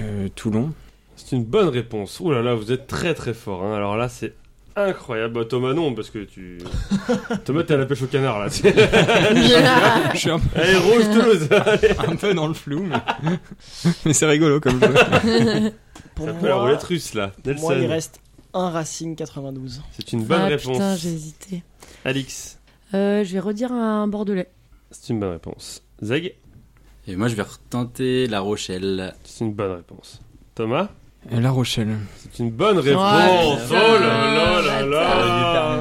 E: Euh, Toulon.
A: c'est une bonne réponse. Ouh là là, vous êtes très très fort. hein. Alors là, c'est incroyable. Bah, Thomas, non, parce que
C: (laughs)
A: tu. Thomas, t'es à la pêche au canard là. (laughs)
E: Je suis un,
A: Allez, rouge
C: (laughs)
A: Toulouse.
E: un peu dans le flou, (laughs) mais, mais c'est rigolo comme jeu.
C: Pour
A: C'est un
C: moi,
A: peu la roulette russe là.
C: pour moi, il
A: Nelson,
C: reste un Racing 92.
A: c'est une bonne
D: ah,
A: réponse.
D: Putain, j'ai hésité.
A: Alix,
D: Euh, je vais redire un Bordelais.
A: c'est une bonne réponse. Zeg,
B: Et moi, je vais retenter la Rochelle.
A: c'est une bonne réponse. Thomas,
E: Euh, La Rochelle.
A: c'est une bonne réponse.
D: Ouais,
A: oh
D: putain, Ah,
A: là là là
B: bâtard.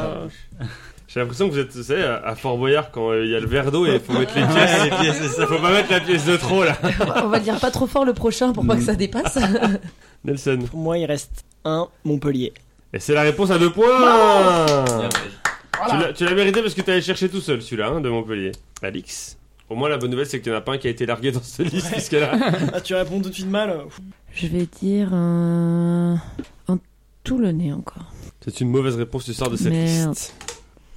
A: là. J'ai l'impression que vous êtes, vous savez, à à Fort Boyard quand euh, il y a le verre d'eau et il faut
C: (laughs)
A: mettre les pièces. Il faut pas mettre la pièce de trop là.
D: On va dire pas trop fort le prochain pour pas que
A: (laughs)
D: ça dépasse.
A: Nelson.
C: Pour moi, il reste un Montpellier.
A: Et c'est la réponse à deux points. Tu l'as- Tu l'as mérité parce que t'allais chercher tout seul celui-là hein, de Montpellier. Alix. Au moins la bonne nouvelle c'est qu'il y en a pas un qui a été largué dans cette
D: (laughs)
A: liste puisque là.
C: (laughs) ah, tu réponds tout de suite mal.
D: Je vais dire un, un Toulonnais encore.
A: C'est une mauvaise réponse tu sors de cette
D: Merde.
A: liste.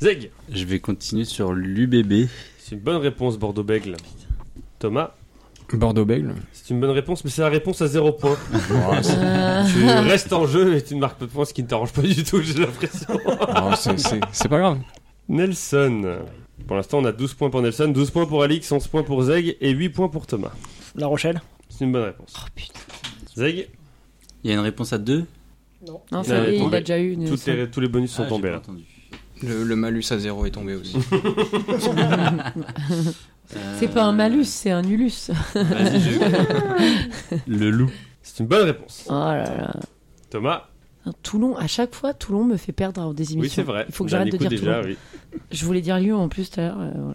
A: Zeg.
B: Je vais continuer sur l'UBB.
A: C'est une bonne réponse Bordeaux-Bègle. Thomas.
E: Bordeaux-Bègle.
A: C'est une bonne réponse mais c'est la réponse à zéro point.
D: Euh,
A: tu
D: (laughs)
A: restes en jeu et tu ne marques pas de points ce qui ne t'arrange pas du tout j'ai l'impression.
E: Oh, c'est- c'est c'est pas grave.
A: Nelson. Pour l'instant, on a 12 points pour Nelson, 12 points pour Alix, 11 points pour Zeg et 8 points pour Thomas.
C: La Rochelle.
A: C'est une bonne réponse.
D: Oh putain.
A: Zeg,
B: Il y a une réponse à deux.
D: Non,
A: Il
D: ça
A: avait
D: y est, il
A: tombé.
D: a déjà eu. une-
A: toutes les- tous les bonus sont
B: Ah, j'ai
A: tombés
B: pas
A: là.
B: entendu.
E: Le, le malus à zéro est tombé aussi.
D: C'est pas un malus, c'est un nullus.
B: Euh,
A: (laughs)
B: Vas-y, je- (laughs) le loup.
A: C'est une bonne réponse.
D: Oh là là.
A: Thomas,
D: Un Toulon, à chaque fois, Toulon me fait perdre dans des émissions.
A: oui, c'est vrai.
D: Il faut que
A: Dernier
D: j'arrête
A: coup
D: de dire hein.
A: déjà,
D: Toulon.
A: oui.
D: Je voulais dire Lyon en plus tout à l'heure. euh, voilà.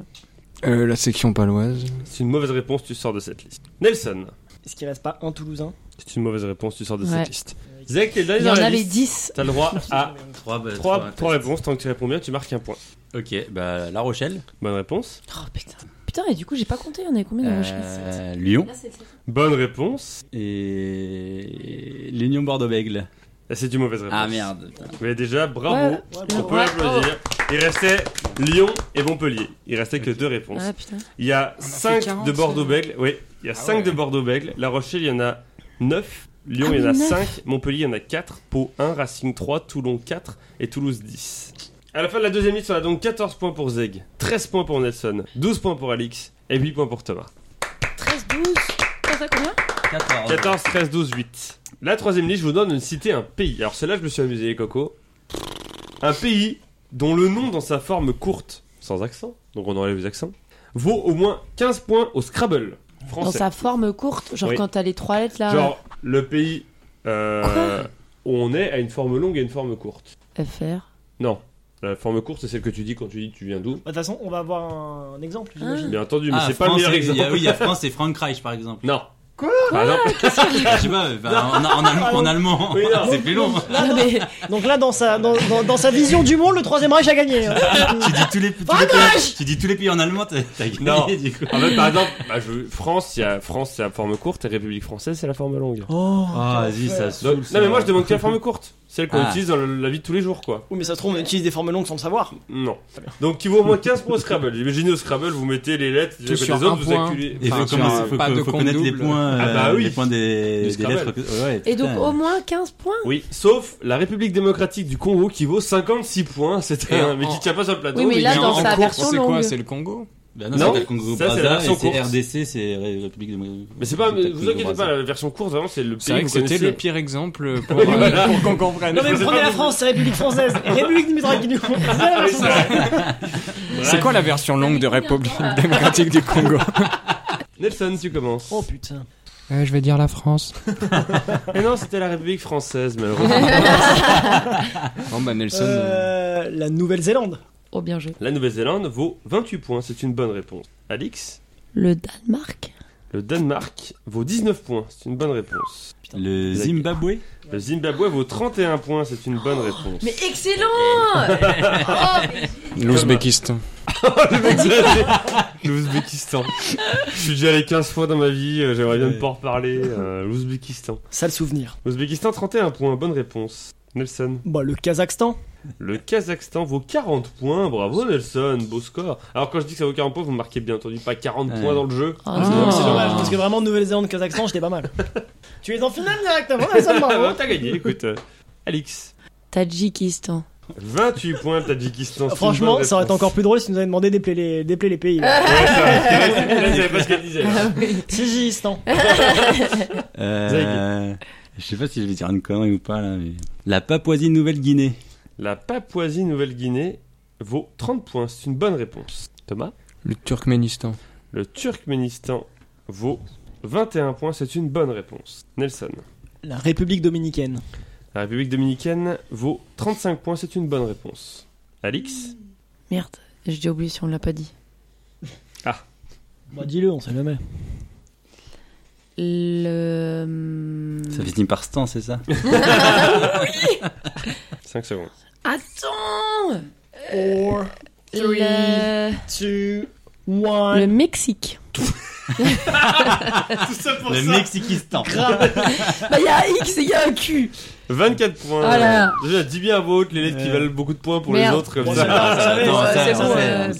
E: Euh, la section paloise.
A: C'est une mauvaise réponse, tu sors de cette liste. Nelson,
C: Est-ce qu'il reste pas un Toulousain
A: c'est une mauvaise réponse, tu sors de
D: Ouais.
A: cette liste. Zeg, t'es le dernier
D: Il y en
A: dans la
D: avait
A: liste.
D: 10.
A: T'as le
D: (laughs)
A: droit à
B: Trois, bah,
A: 3,
B: trois,
A: réponses. Tant que tu réponds bien, tu marques un point.
B: Ok, bah, La Rochelle.
A: Bonne réponse.
D: Oh putain. Putain, et du coup, j'ai pas compté, il y en avait combien dans la Rochelle
B: Euh, Lyon.
A: Bonne réponse.
B: Et l'Union Bordeaux-Bègle.
A: Et C'est une mauvaise réponse.
B: Ah merde. putain.
A: Mais déjà, bravo.
D: Ouais.
C: Ouais,
A: On
C: bon. bah,
A: peut applaudir. Il restait Lyon et Montpellier. Il restait que deux réponses.
D: Ah putain.
A: Il y a
E: On a fait
A: 5
E: 40,
A: de Bordeaux-Bègles. Oui, il y a 5
E: ouais.
A: de Bordeaux-Bègles. La Rochelle, il y en a 9. Lyon,
D: Ah
A: il y en a
D: oui, neuf.
A: 5. Montpellier, il y en a 4. Pau 1, Racing 3, Toulon 4 et Toulouse 10. À la fin de la deuxième liste, on a donc 14 points pour Zeg, 13 points pour Nelson, 12 points pour Alix et 8 points pour Thomas.
D: 13, 12. T'as ça combien
A: 14, 13, 12, 8. La troisième liste, je vous donne une cité, un pays. Alors celle-là, je me suis amusé, Coco. Un pays dont le nom dans sa forme courte, sans accent, donc on enlève les accents, vaut au moins 15 points au Scrabble français.
D: Dans sa forme courte, genre
A: Oui.
D: quand t'as les trois lettres là.
A: Genre le pays euh, où on est a une forme longue et une forme courte.
D: FR.
A: Non. La forme courte, c'est celle que tu dis quand tu dis tu viens d'où.
C: De toute façon, on va avoir un, un exemple, j'imagine.
A: Bien entendu, mais
B: Ah,
A: c'est pas le
B: France,
A: meilleur
B: il y a-
A: exemple.
B: Oui, il y a France et Frank Reich, par exemple.
A: Non. Quoi Par exemple,
B: Je sais pas, bah, en, en allemand, en allemand.
A: Oui, non.
B: c'est plus
C: (laughs)
B: long.
C: Là, Donc là, dans sa, dans, dans- dans sa vision du monde, le Troisième Reich a gagné. hein.
A: (laughs)
B: tu, dis tous les, tous les
C: Frank
B: pays,
C: Reich
B: tu dis tous les pays en allemand, t'as t'as gagné
A: Non.
B: du coup.
A: en fait, par exemple bah, je- France, il y a France, c'est la forme courte et République française, c'est la forme longue.
C: Oh,
B: Ah, vas-y, ça
A: Donc-
B: saoule.
A: non, mais moi je demande que la forme courte, celle qu'on
B: Ah.
A: utilise dans le- la vie de tous les jours, quoi.
C: Oui, mais ça se trouve, on utilise des formes longues sans le savoir.
A: Non. Donc, qui vaut au moins 15 points au Scrabble. Imaginez au Scrabble, vous mettez les lettres du
E: Tout
A: côté
E: sur
A: des autres,
E: un
A: vous
E: point.
A: acculez.
B: Il
E: Enfin,
B: faut,
E: sur
B: commencer-
E: un-
B: faut-
E: pas
B: faut
E: de compte
B: connaître les
E: double.
B: points,
A: Ah bah
B: euh,
A: oui.
B: les points des,
A: Du
B: des
A: Scrabble.
B: lettres. que- ouais,
D: Et donc
B: putain.
D: au moins 15 points
A: Oui, sauf la République démocratique du Congo qui vaut 56 points, c'est
E: Et
A: un,
E: en-
A: mais qui tient pas sur le plateau.
D: Oui, mais là,
A: qui-
D: dans
E: en
D: sa
E: cours,
D: version
E: C'est quoi
D: longue.
E: C'est le Congo
B: Bah non,
A: Non,
B: ça s'appelle Congo
A: ça, c'est la
B: Braza
A: version
B: et c'est
A: courte.
B: RDC, c'est Ré- République démocratique.
A: Mais c'est pas,
B: Congo
A: vous inquiétez
B: Braza.
A: pas, la version courte, vraiment, c'est le pays
E: C'est vrai que
A: vous
E: c'était
A: connaissez.
E: le pire (laughs) exemple pour,
A: Oui,
E: euh,
A: voilà.
E: pour qu'on comprenne.
C: Non, mais vous prenez la France, c'est Ah, République française. Et République démocratique (laughs) du Congo. C'est la version
E: Ah,
C: française.
E: C'est quoi la version longue de République démocratique du (laughs) Congo
A: (laughs) Nelson, tu commences.
C: Oh putain.
E: Euh, Je vais dire la France.
A: Mais non, c'était la République française, malheureusement.
E: (laughs) Bon bah Nelson. euh,
C: Euh, la Nouvelle-Zélande.
D: Oh, bien joué.
A: la Nouvelle-Zélande vaut 28 points, c'est une bonne réponse. Alix,
D: Le Danemark
A: le Danemark vaut 19 points, c'est une bonne réponse.
B: Le
A: Exact.
B: Zimbabwe
A: Le Zimbabwe vaut 31 points, c'est une bonne réponse. (laughs)
D: Mais (laughs) excellent Oh, mais-
E: euh, L'Ouzbékistan.
A: L'Ouzbékistan. Je suis déjà allé 15 fois dans ma vie, euh, j'aimerais bien ne pas en reparler. euh, L'Ouzbékistan.
C: Sale souvenir.
A: L'Ouzbékistan, 31 points, bonne réponse. Nelson.
C: Bah, le Kazakhstan.
A: Le Kazakhstan vaut 40 points, bravo Nelson, beau score. Alors quand je dis que ça vaut 40 points, vous marquez bien entendu pas 40
B: Ouais.
A: points dans le jeu.
D: Ah,
C: Ah, c'est
D: non.
C: dommage, c'est dommage, parce que vraiment, Nouvelle-Zélande, Kazakhstan, j'étais pas mal. (laughs) tu es en finale hein, directement, Nelson,
A: (laughs) Ah,
C: bravo.
A: T'as gagné, écoute. euh, Alix,
D: Tadjikistan.
A: 28 points le Tadjikistan. c'est une
C: (laughs) Franchement,
A: bonne
C: ça aurait été
A: réponse.
C: encore plus drôle si tu nous avait demandé d'épeler les, d'épeler les (laughs) pays. là.
A: Ouais, c'est (laughs) vrai. Là, je savais pas ce qu'elle disait.
D: Ah,
A: là.
C: Kirghizistan.
B: euh, Je sais pas si je vais dire une connerie ou pas là, mais. La Papouasie-Nouvelle-Guinée.
A: La Papouasie-Nouvelle-Guinée vaut 30 points, c'est une bonne réponse. Thomas,
E: Le Turkménistan.
A: le Turkménistan vaut 21 points, c'est une bonne réponse. Nelson,
C: La République dominicaine.
A: la République dominicaine vaut 35 points, c'est une bonne réponse. Alix,
D: Merde, j'ai oublié si on l'a pas dit.
C: Bah, dis-le, on sait jamais.
D: Le. hum,
B: Ça finit par Stan, c'est ça
A: 5 secondes.
D: Attends
C: 4,
D: le...
C: 2,
D: le
C: 1.
D: Mexique.
A: Tout ça pour
B: Le Mexikistan.
D: (laughs) Bah, il y a un X et il y a un Q
A: 24 points.
D: Ah là là.
A: Déjà, dis bien à vos hôtes les lettres qui
B: Euh.
A: valent beaucoup de points pour
D: Merde.
A: les autres comme
C: Bon,
A: ça.
C: c'est pas- ça va,
B: Attends,
C: ça va,
B: attends,
C: c'est bon,
B: attends.
D: euh,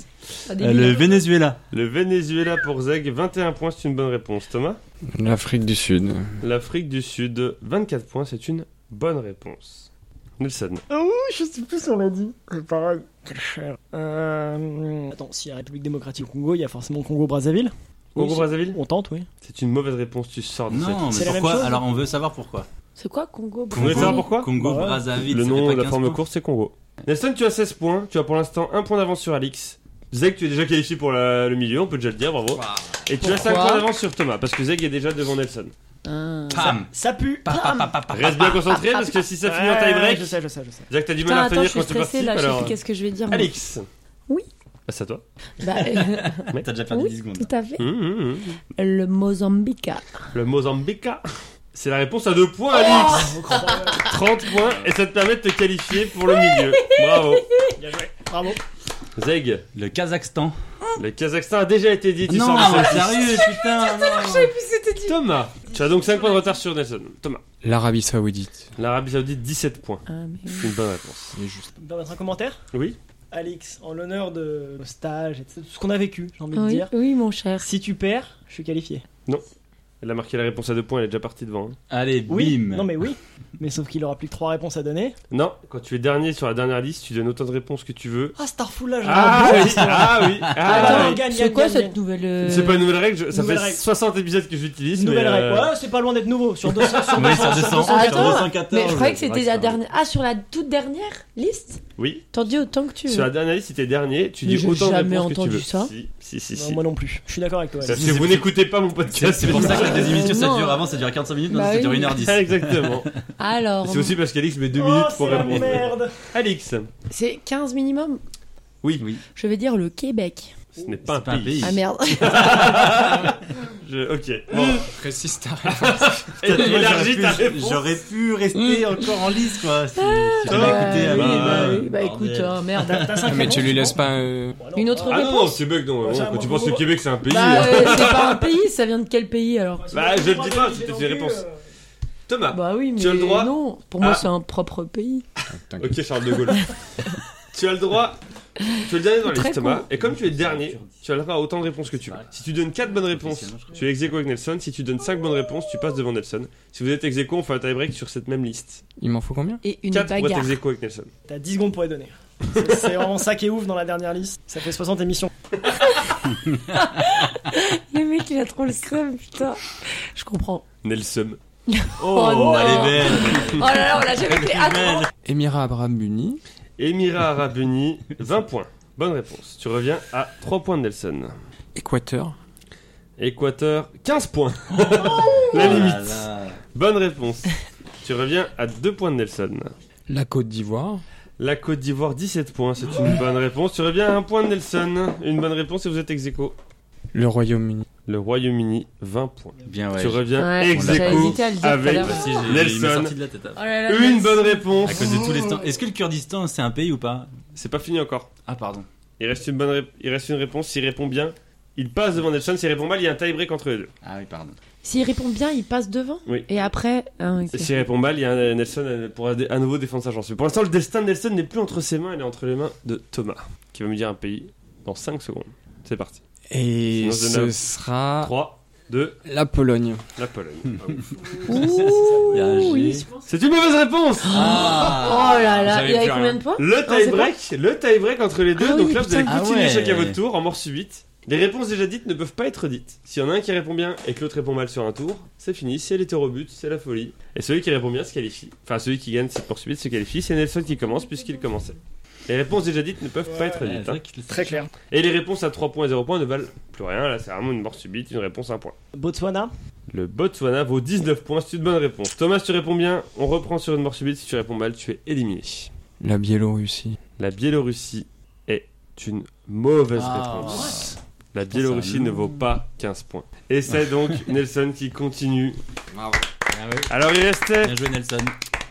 B: Euh, Le Venezuela.
A: Le Venezuela pour Zeg, 21 points, c'est une bonne réponse. Thomas
E: L'Afrique du Sud.
A: L'Afrique du Sud, 24 points, c'est une bonne réponse. Nelson.
C: Oh, je sais plus si on l'a dit. C'est pareil. Quelle chair. Euh... Attends, si la République démocratique du Congo, il y a forcément Congo-Brazzaville.
A: Congo-Brazzaville
C: On tente, oui.
A: C'est une mauvaise réponse, tu sors de cette.
B: Non,
C: C'est
B: mais
C: la même chose
B: pourquoi Alors on veut savoir pourquoi.
D: C'est quoi Congo
A: Vous voulez savoir pourquoi
B: Congo,
C: Bah ouais.
B: Brazzaville.
A: Le
B: ça
A: nom
B: fait
A: de la
B: pas
A: forme
B: 15 points.
A: courte, c'est Congo. Nelson, tu as 16 points, tu as pour l'instant 1 point d'avance sur Alix. Zeg, tu es déjà qualifié pour la- le milieu, on peut déjà le dire, bravo.
B: Waouh.
A: Et tu as 5
D: Pourquoi
A: points d'avance sur Thomas, parce que Zeg est déjà devant Nelson.
D: Ah.
B: Pam.
C: Ça pue.
B: Pa, pa, pa, pa, pa.
A: Reste bien concentré, parce que si ça finit en tie-break,
C: Je sais, je sais, je sais.
A: Jack, t'as du mal
D: Putain,
A: à
D: attends, je
A: retenir
D: suis
A: quand tu participes,
D: stressée là, je sais
A: alors...
D: plus qu'est-ce que je vais dire. moi.
A: Alix
D: Oui.
A: Ah, c'est à toi.
D: Bah, euh,
B: T'as déjà
C: Ah
D: (laughs)
B: perdu
D: Oui.
B: 10 secondes.
D: tout à fait.
A: Hum, hum, hum.
D: Le Mozambique. Ah,
A: Le Mozambique. C'est la réponse à deux points,
C: Oh. Ah,
A: Alix 30 points, et ça te permet de te qualifier pour le milieu. Bravo
C: (laughs) Bien joué. Bravo.
A: Zeg,
B: Le Kazakhstan.
A: le Kazakhstan a déjà été dit, tu
B: Non,
A: sors de cette liste.
B: sérieux, putain. non.
A: Thomas, tu as donc 5 points de retard sur Nelson. Thomas,
E: L'Arabie Saoudite.
A: l'Arabie Saoudite, 17 points.
D: Ah, mais oui.
A: C'est une bonne réponse.
E: C'est (laughs) juste.
C: On peut mettre un commentaire
A: Oui
C: Alix, en l'honneur de nos stages et de tout ce qu'on a vécu, j'ai envie de
D: oui,
C: dire.
D: oui, mon cher.
C: Si tu perds, je suis qualifié.
A: Elle a marqué la réponse à deux points, elle est déjà partie devant. hein.
B: Allez,
C: Oui.
B: bim.
C: Non mais oui. Mais sauf qu'il aura plus que 3 réponses à donner.
A: Non, quand tu es dernier sur la dernière liste, tu donnes autant de réponses que tu veux.
C: Ah Starful là, j'ai
A: Ah
C: un bon-
A: oui Ah oui Ah
C: Attends,
A: oui.
C: gagne,
D: C'est
C: gagne,
D: quoi
C: gagne,
D: cette
C: gagne.
D: nouvelle. euh,
A: C'est pas une nouvelle règle, je- ça
C: Nouvelle
A: fait
C: règles.
A: 60 épisodes que j'utilise.
C: Nouvelle
A: mais,
C: règle.
A: euh,
C: Ouais, c'est pas loin d'être nouveau. Sur (laughs) 200, sur
B: Oui, sur 200,
C: 200, sur 200.
B: sur
D: Attends,
B: 214,
D: Mais je croyais que
B: c'est vrai
D: c'était
B: que
D: la
B: ça-
D: dernière. Ah, sur la toute dernière liste
A: Oui.
D: T'en dis autant que tu veux.
A: Sur la dernière liste, c'était dernier. Tu
D: Mais
A: dis
D: j'ai
A: autant de
D: jamais
A: réponses que tu
D: entendu
A: veux.
D: ça.
A: Si, si, si.
C: Non,
A: si.
C: moi non plus. Je suis d'accord avec toi.
A: Parce
C: Alex.
A: que vous n'écoutez pas mon podcast,
B: C'est pour ça que avec des émissions, ça
D: non.
B: dure avant, ça dure 45 minutes, maintenant
D: Bah
B: ça dure
D: oui.
B: 1h10.
A: (laughs) Exactement.
D: Alors,
A: C'est aussi parce qu'Alix met deux
C: Oh,
A: minutes
C: c'est
A: pour
C: la
A: répondre.
C: merde.
A: Alix,
D: c'est 15 minimum
B: Oui, oui.
D: Je vais dire le Québec.
A: ce n'est pas un
B: C'est pas un
A: pays.
B: pays.
D: Ah merde.
A: Je- Ok. Bon.
E: Précise ta
A: Élargis ta
B: J'aurais pu-
A: réponse.
B: J'aurais pu rester encore en lice, quoi. Si, si
D: (laughs)
A: Ah,
B: j'avais écouté euh,
A: oui,
B: avant.
A: bah
D: Mm. oui, bah écoute,
B: Bordel.
D: hein, merde.
C: T'as cinq
E: Mais tu lui
C: réponses, non
E: laisses pas. euh,
C: Bah non,
D: Une autre
C: ah,
A: Ah non, non,
D: réponse
A: Québec, non.
C: Ouais,
A: vraiment,
C: ça,
A: Quand tu
C: moi,
A: penses que
C: moi,
A: Québec, c'est un pays.
D: Bah,
A: euh,
D: euh, c'est pas un pays, ça vient de quel pays alors
A: Bah, je le dis pas,
C: j'ai
A: c'était
C: non
A: une
C: plus,
A: réponse.
C: euh,
A: Thomas.
D: Bah oui, mais
A: Tu as le droit
D: non, pour
A: Ah.
D: moi c'est un propre pays.
E: t'inquiète.
A: Ok, Charles de Gaulle. (laughs) tu as le droit. Tu es le dernier dans la
D: Très
A: liste, Thomas.
D: con.
A: Et comme tu es le dernier, tu as le droit à autant de réponses que tu veux. Si tu donnes 4 bonnes réponses, tu es ex aequo avec Nelson. Si tu donnes 5 bonnes réponses, tu passes devant Nelson. Si vous êtes ex aequo, on fait un tie-break sur cette même liste.
E: Il m'en faut combien
D: Et une
A: 4 pour être
D: bagarre.
A: ex aequo avec Nelson.
C: T'as 10 secondes pour les (laughs) donner. C'est- C'est vraiment ça qui est ouf dans la dernière liste. Ça fait 60 émissions.
D: Le mec il a trop le seum, putain. Je
A: (laughs)
D: comprends.
A: Nelson.
D: Oh, non.
B: Elle est belle.
D: Oh là là, on l'a jamais fait. Attends.
E: Émirat Abraham Buni.
A: Émirats (laughs) Arabes Unis, 20 points. Bonne réponse. Tu reviens à 3 points de Nelson.
E: Équateur.
A: Équateur, 15 points.
D: Oh
A: (laughs) la limite.
B: Voilà.
A: Bonne réponse. (laughs) tu reviens à 2 points de Nelson.
E: La Côte d'Ivoire.
A: La Côte d'Ivoire, 17 points, c'est une bonne réponse. Tu reviens à un point de Nelson. Une bonne réponse et vous êtes ex aequo.
E: Le Royaume-Uni.
A: Le Royaume-Uni, 20 points.
B: Bien, ouais.
A: Tu reviens
D: Ouais,
A: ex
D: j'avais
A: aequo
D: hésité à le dire tout à
A: avec
D: l'heure.
B: Si, j'ai- il m'est
A: Ah, Nelson.
B: sorti de la tête.
D: Oh là là,
A: Une
D: merci.
A: bonne
B: À
A: réponse.
B: cause de tous les temps. Est-ce que le Kurdistan, c'est un pays ou pas
A: C'est pas fini encore.
B: Ah, pardon.
A: Il reste une bonne rép- il reste une réponse. S'il répond bien, il passe devant Nelson. S'il répond mal, il y a un tie-break entre les deux.
B: Ah oui, pardon.
D: S'il répond bien, il passe devant.
A: Oui.
D: Et après, hein, ok.
A: Et S'il répond mal, il y a un- Nelson euh, pourra dé- à nouveau défendre sa chance. Mais pour l'instant, le destin de Nelson n'est plus entre ses mains, il est entre les mains de Thomas, qui va me dire un pays dans 5 secondes. C'est parti.
E: Et
A: Sinon, je
E: ce
A: note.
E: sera
A: 3, 2,
E: la Pologne.
A: la Pologne.
D: Ouh,
B: Il y a un G.
D: oui.
A: (laughs) C'est une mauvaise réponse
D: Oh
B: Ah
D: là là,
E: J'avais
D: il y avait
E: plus
D: combien
E: rien.
D: de points
A: Le
D: c'est
A: tie-break, le tie-break entre les deux,
D: Ah
A: donc
D: oui,
A: là vous allez
D: putain.
B: Ah
A: continuer
B: ouais.
A: chacun à votre tour en mort subite. Les réponses déjà dites ne peuvent pas être dites. S'il y en a un qui répond bien et que l'autre répond mal sur un tour, c'est fini, c'est l'hétérobut, c'est la folie. Et celui qui répond bien se qualifie. Enfin, celui qui gagne cette poursuite se qualifie, c'est Nelson qui commence puisqu'il commençait. Les réponses déjà dites ne peuvent pas être
B: Ouais,
A: dites.
B: c'est
A: hein.
B: vrai qu'il le
C: Très
B: sait.
C: clair.
A: Et les réponses à 3 points et 0 points ne valent plus rien. Là, c'est vraiment une mort subite, une réponse à un point.
C: Botswana.
A: Le Botswana vaut 19 points, c'est une bonne réponse. Thomas, si tu réponds bien, on reprend sur une mort subite. Si tu réponds mal, tu es éliminé.
E: La Biélorussie.
A: La Biélorussie est une mauvaise
B: Ah,
A: réponse. La
B: Putain, c'est
A: Biélorussie
B: un
A: ne
B: long.
A: vaut pas 15 points. Et c'est donc Nelson qui continue.
E: Bravo.
B: Ah ouais.
A: Alors il restait,
B: Bien joué, Nelson.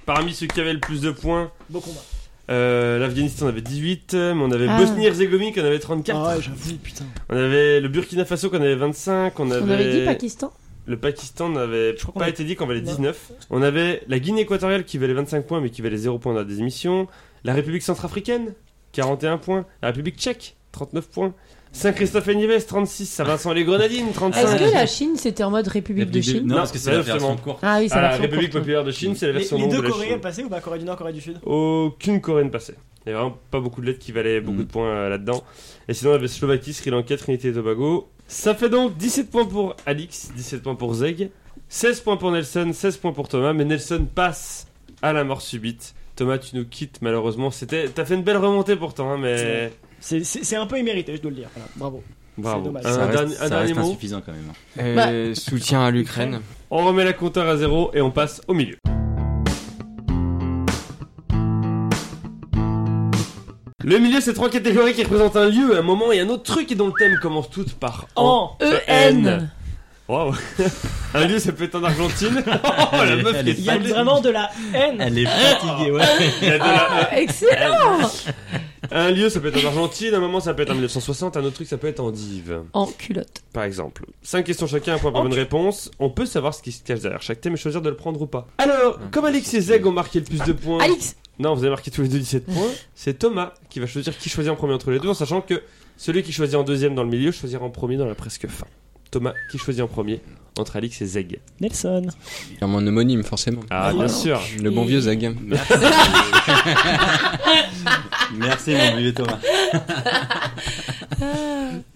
A: parmi ceux qui avaient le plus de points,
C: Beau combat.
A: euh, l'Afghanistan avait 18, mais on avait
D: Ah.
A: Bosnie-Herzégovine qui en avait 34,
C: Ah ouais, j'avoue, putain.
A: on avait le Burkina Faso qui en avait 25, on avait,
D: On avait dit Pakistan.
A: le Pakistan n'avait
C: Je crois qu'on
A: pas
C: avait-
A: été dit qu'on valait
C: Non.
A: 19, on avait la Guinée équatoriale qui valait 25 points mais qui valait 0 points dans la désémission, la République centrafricaine 41 points, la République tchèque 39 points, Saint-Christophe et Nives 36, Saint-Vincent et les Grenadines 35.
D: Est-ce
B: Ah,
D: que
B: ouais.
D: la Chine c'était en mode République de Chine
B: Non,
A: Non,
B: parce que c'est
A: bah,
B: la version
A: justement.
B: courte.
D: Ah oui,
A: Ah,
D: ça
A: la
D: va.
A: République populaire de Chine, c'est la
C: Les,
A: version
C: les
A: longue
C: deux
A: de la
C: Corées
A: Chine.
C: elles passaient ou bah Corée du Nord, Corée du Sud
A: Aucune coréenne passée. Il y avait vraiment pas beaucoup de lettres qui valaient beaucoup
B: Mm.
A: de points euh, là-dedans. Et sinon, on avait Slovaquie, Sri Lanka, Trinité et Tobago. Ça fait donc 17 points pour Alix, 17 points pour Zeg, 16 points pour Nelson, 16 points pour Thomas. Mais Nelson passe à la mort subite. Thomas, tu nous quittes malheureusement. C'était, t'as fait une belle remontée pourtant, hein, mais
C: C'est C'est- C'est c'est un peu immérité, je dois le dire. Voilà, Ah, bravo.
A: bravo.
C: dommage.
A: Un,
B: Ça
A: dernier-
B: reste,
A: un
B: ça
A: dernier
B: reste
A: mot.
B: insuffisant quand même.
E: Euh, Soutien à l'Ukraine.
A: On remet la compteur à zéro et on passe au milieu. Le milieu, c'est trois catégories qui représentent un lieu, un moment et un autre truc, et dont le thème commence toutes par
B: Oh.
A: en.
C: En
D: E EN.
A: Waouh. un lieu, ça peut être en
B: (laughs)
A: Argentine. Oh la meuf,
B: Elle
A: qui
B: est
A: est
C: Il y a
A: sablée.
C: vraiment de la haine.
B: Elle est fatiguée, ouais.
A: Il y a de la-
D: Ah, excellent
A: Un lieu, ça peut être en Argentine, un moment, ça peut être en 1960, un autre truc, ça peut être en dive.
D: En culotte.
A: Par exemple, 5 questions chacun, un point pour
D: Oh,
A: bonne réponse. On peut savoir ce qui se cache derrière chaque thème et choisir de le prendre ou pas. Alors,
B: Ah,
A: comme Alex et Zeg ont marqué le plus de points.
D: Alix
A: Non, vous avez marqué tous les deux 17 points. C'est Thomas qui va choisir qui choisit en premier entre les deux, en sachant que celui qui choisit en deuxième dans le milieu choisira en premier dans la presque fin. Thomas qui choisit en premier entre Alix et Zeg.
C: Nelson.
E: Il y a mon homonyme, forcément.
A: Ah, bien
D: Voilà.
A: sûr.
E: Le bon vieux Zag.
B: Merci, mon vieux Thomas.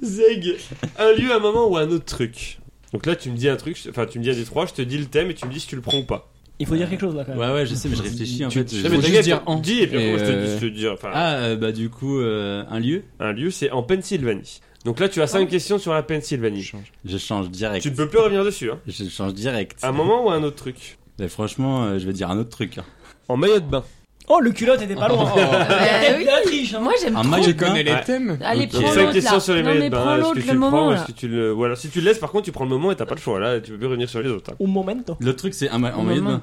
A: Zeg, un lieu, un moment ou un autre truc. Donc là, tu me dis un truc, je- enfin, tu me dis un des trois, je te dis le thème et tu me dis si tu le prends ou pas.
C: Il faut dire quelque chose là quand même.
B: Ouais, ouais, je sais, mais je réfléchis en
E: Tu-
B: fait.
E: tu-
B: je-
E: Non, mais
A: t'as
E: juste
A: qu'à
E: dire en.
A: Dis et puis
E: Et,
A: après, je te dis
E: euh,
A: je te dis, enfin,
B: Ah, euh, bah du coup, euh, un lieu
A: un lieu, c'est en Pennsylvanie. Donc là, tu as
E: Ah.
A: 5 questions sur la Pennsylvanie.
B: Je change direct.
A: Tu ne peux plus revenir dessus. Hein.
B: Je change direct.
A: Un moment ou un autre truc
B: Mais franchement, euh, je vais dire un autre truc. hein.
A: En maillot de bain.
C: Oh, le culotte était pas loin.
E: Oh,
C: Il y a peut-être
D: oui.
C: de la triche, hein.
D: Moi j'aime
B: Un
D: trop.
B: maillot
E: tu
B: de bain
E: connais les
A: Ouais.
E: thèmes
D: Allez,
B: Ok.
D: prends
B: Cinq
D: l'autre
A: questions
D: là.
A: sur les
D: non,
A: maillots de
D: mais prends
A: bain. Est-ce que
D: l'autre
A: tu
D: le
A: le prends
D: moment
A: ou est-ce
D: là.
A: que tu le. Ou alors si tu le laisses, par contre, tu prends le moment et t'as pas le choix. Là, tu peux plus revenir sur les autres. hein.
C: Au momento.
B: L'autre truc, c'est un ma- en
D: Au
B: maillot de
D: moment.
B: bain.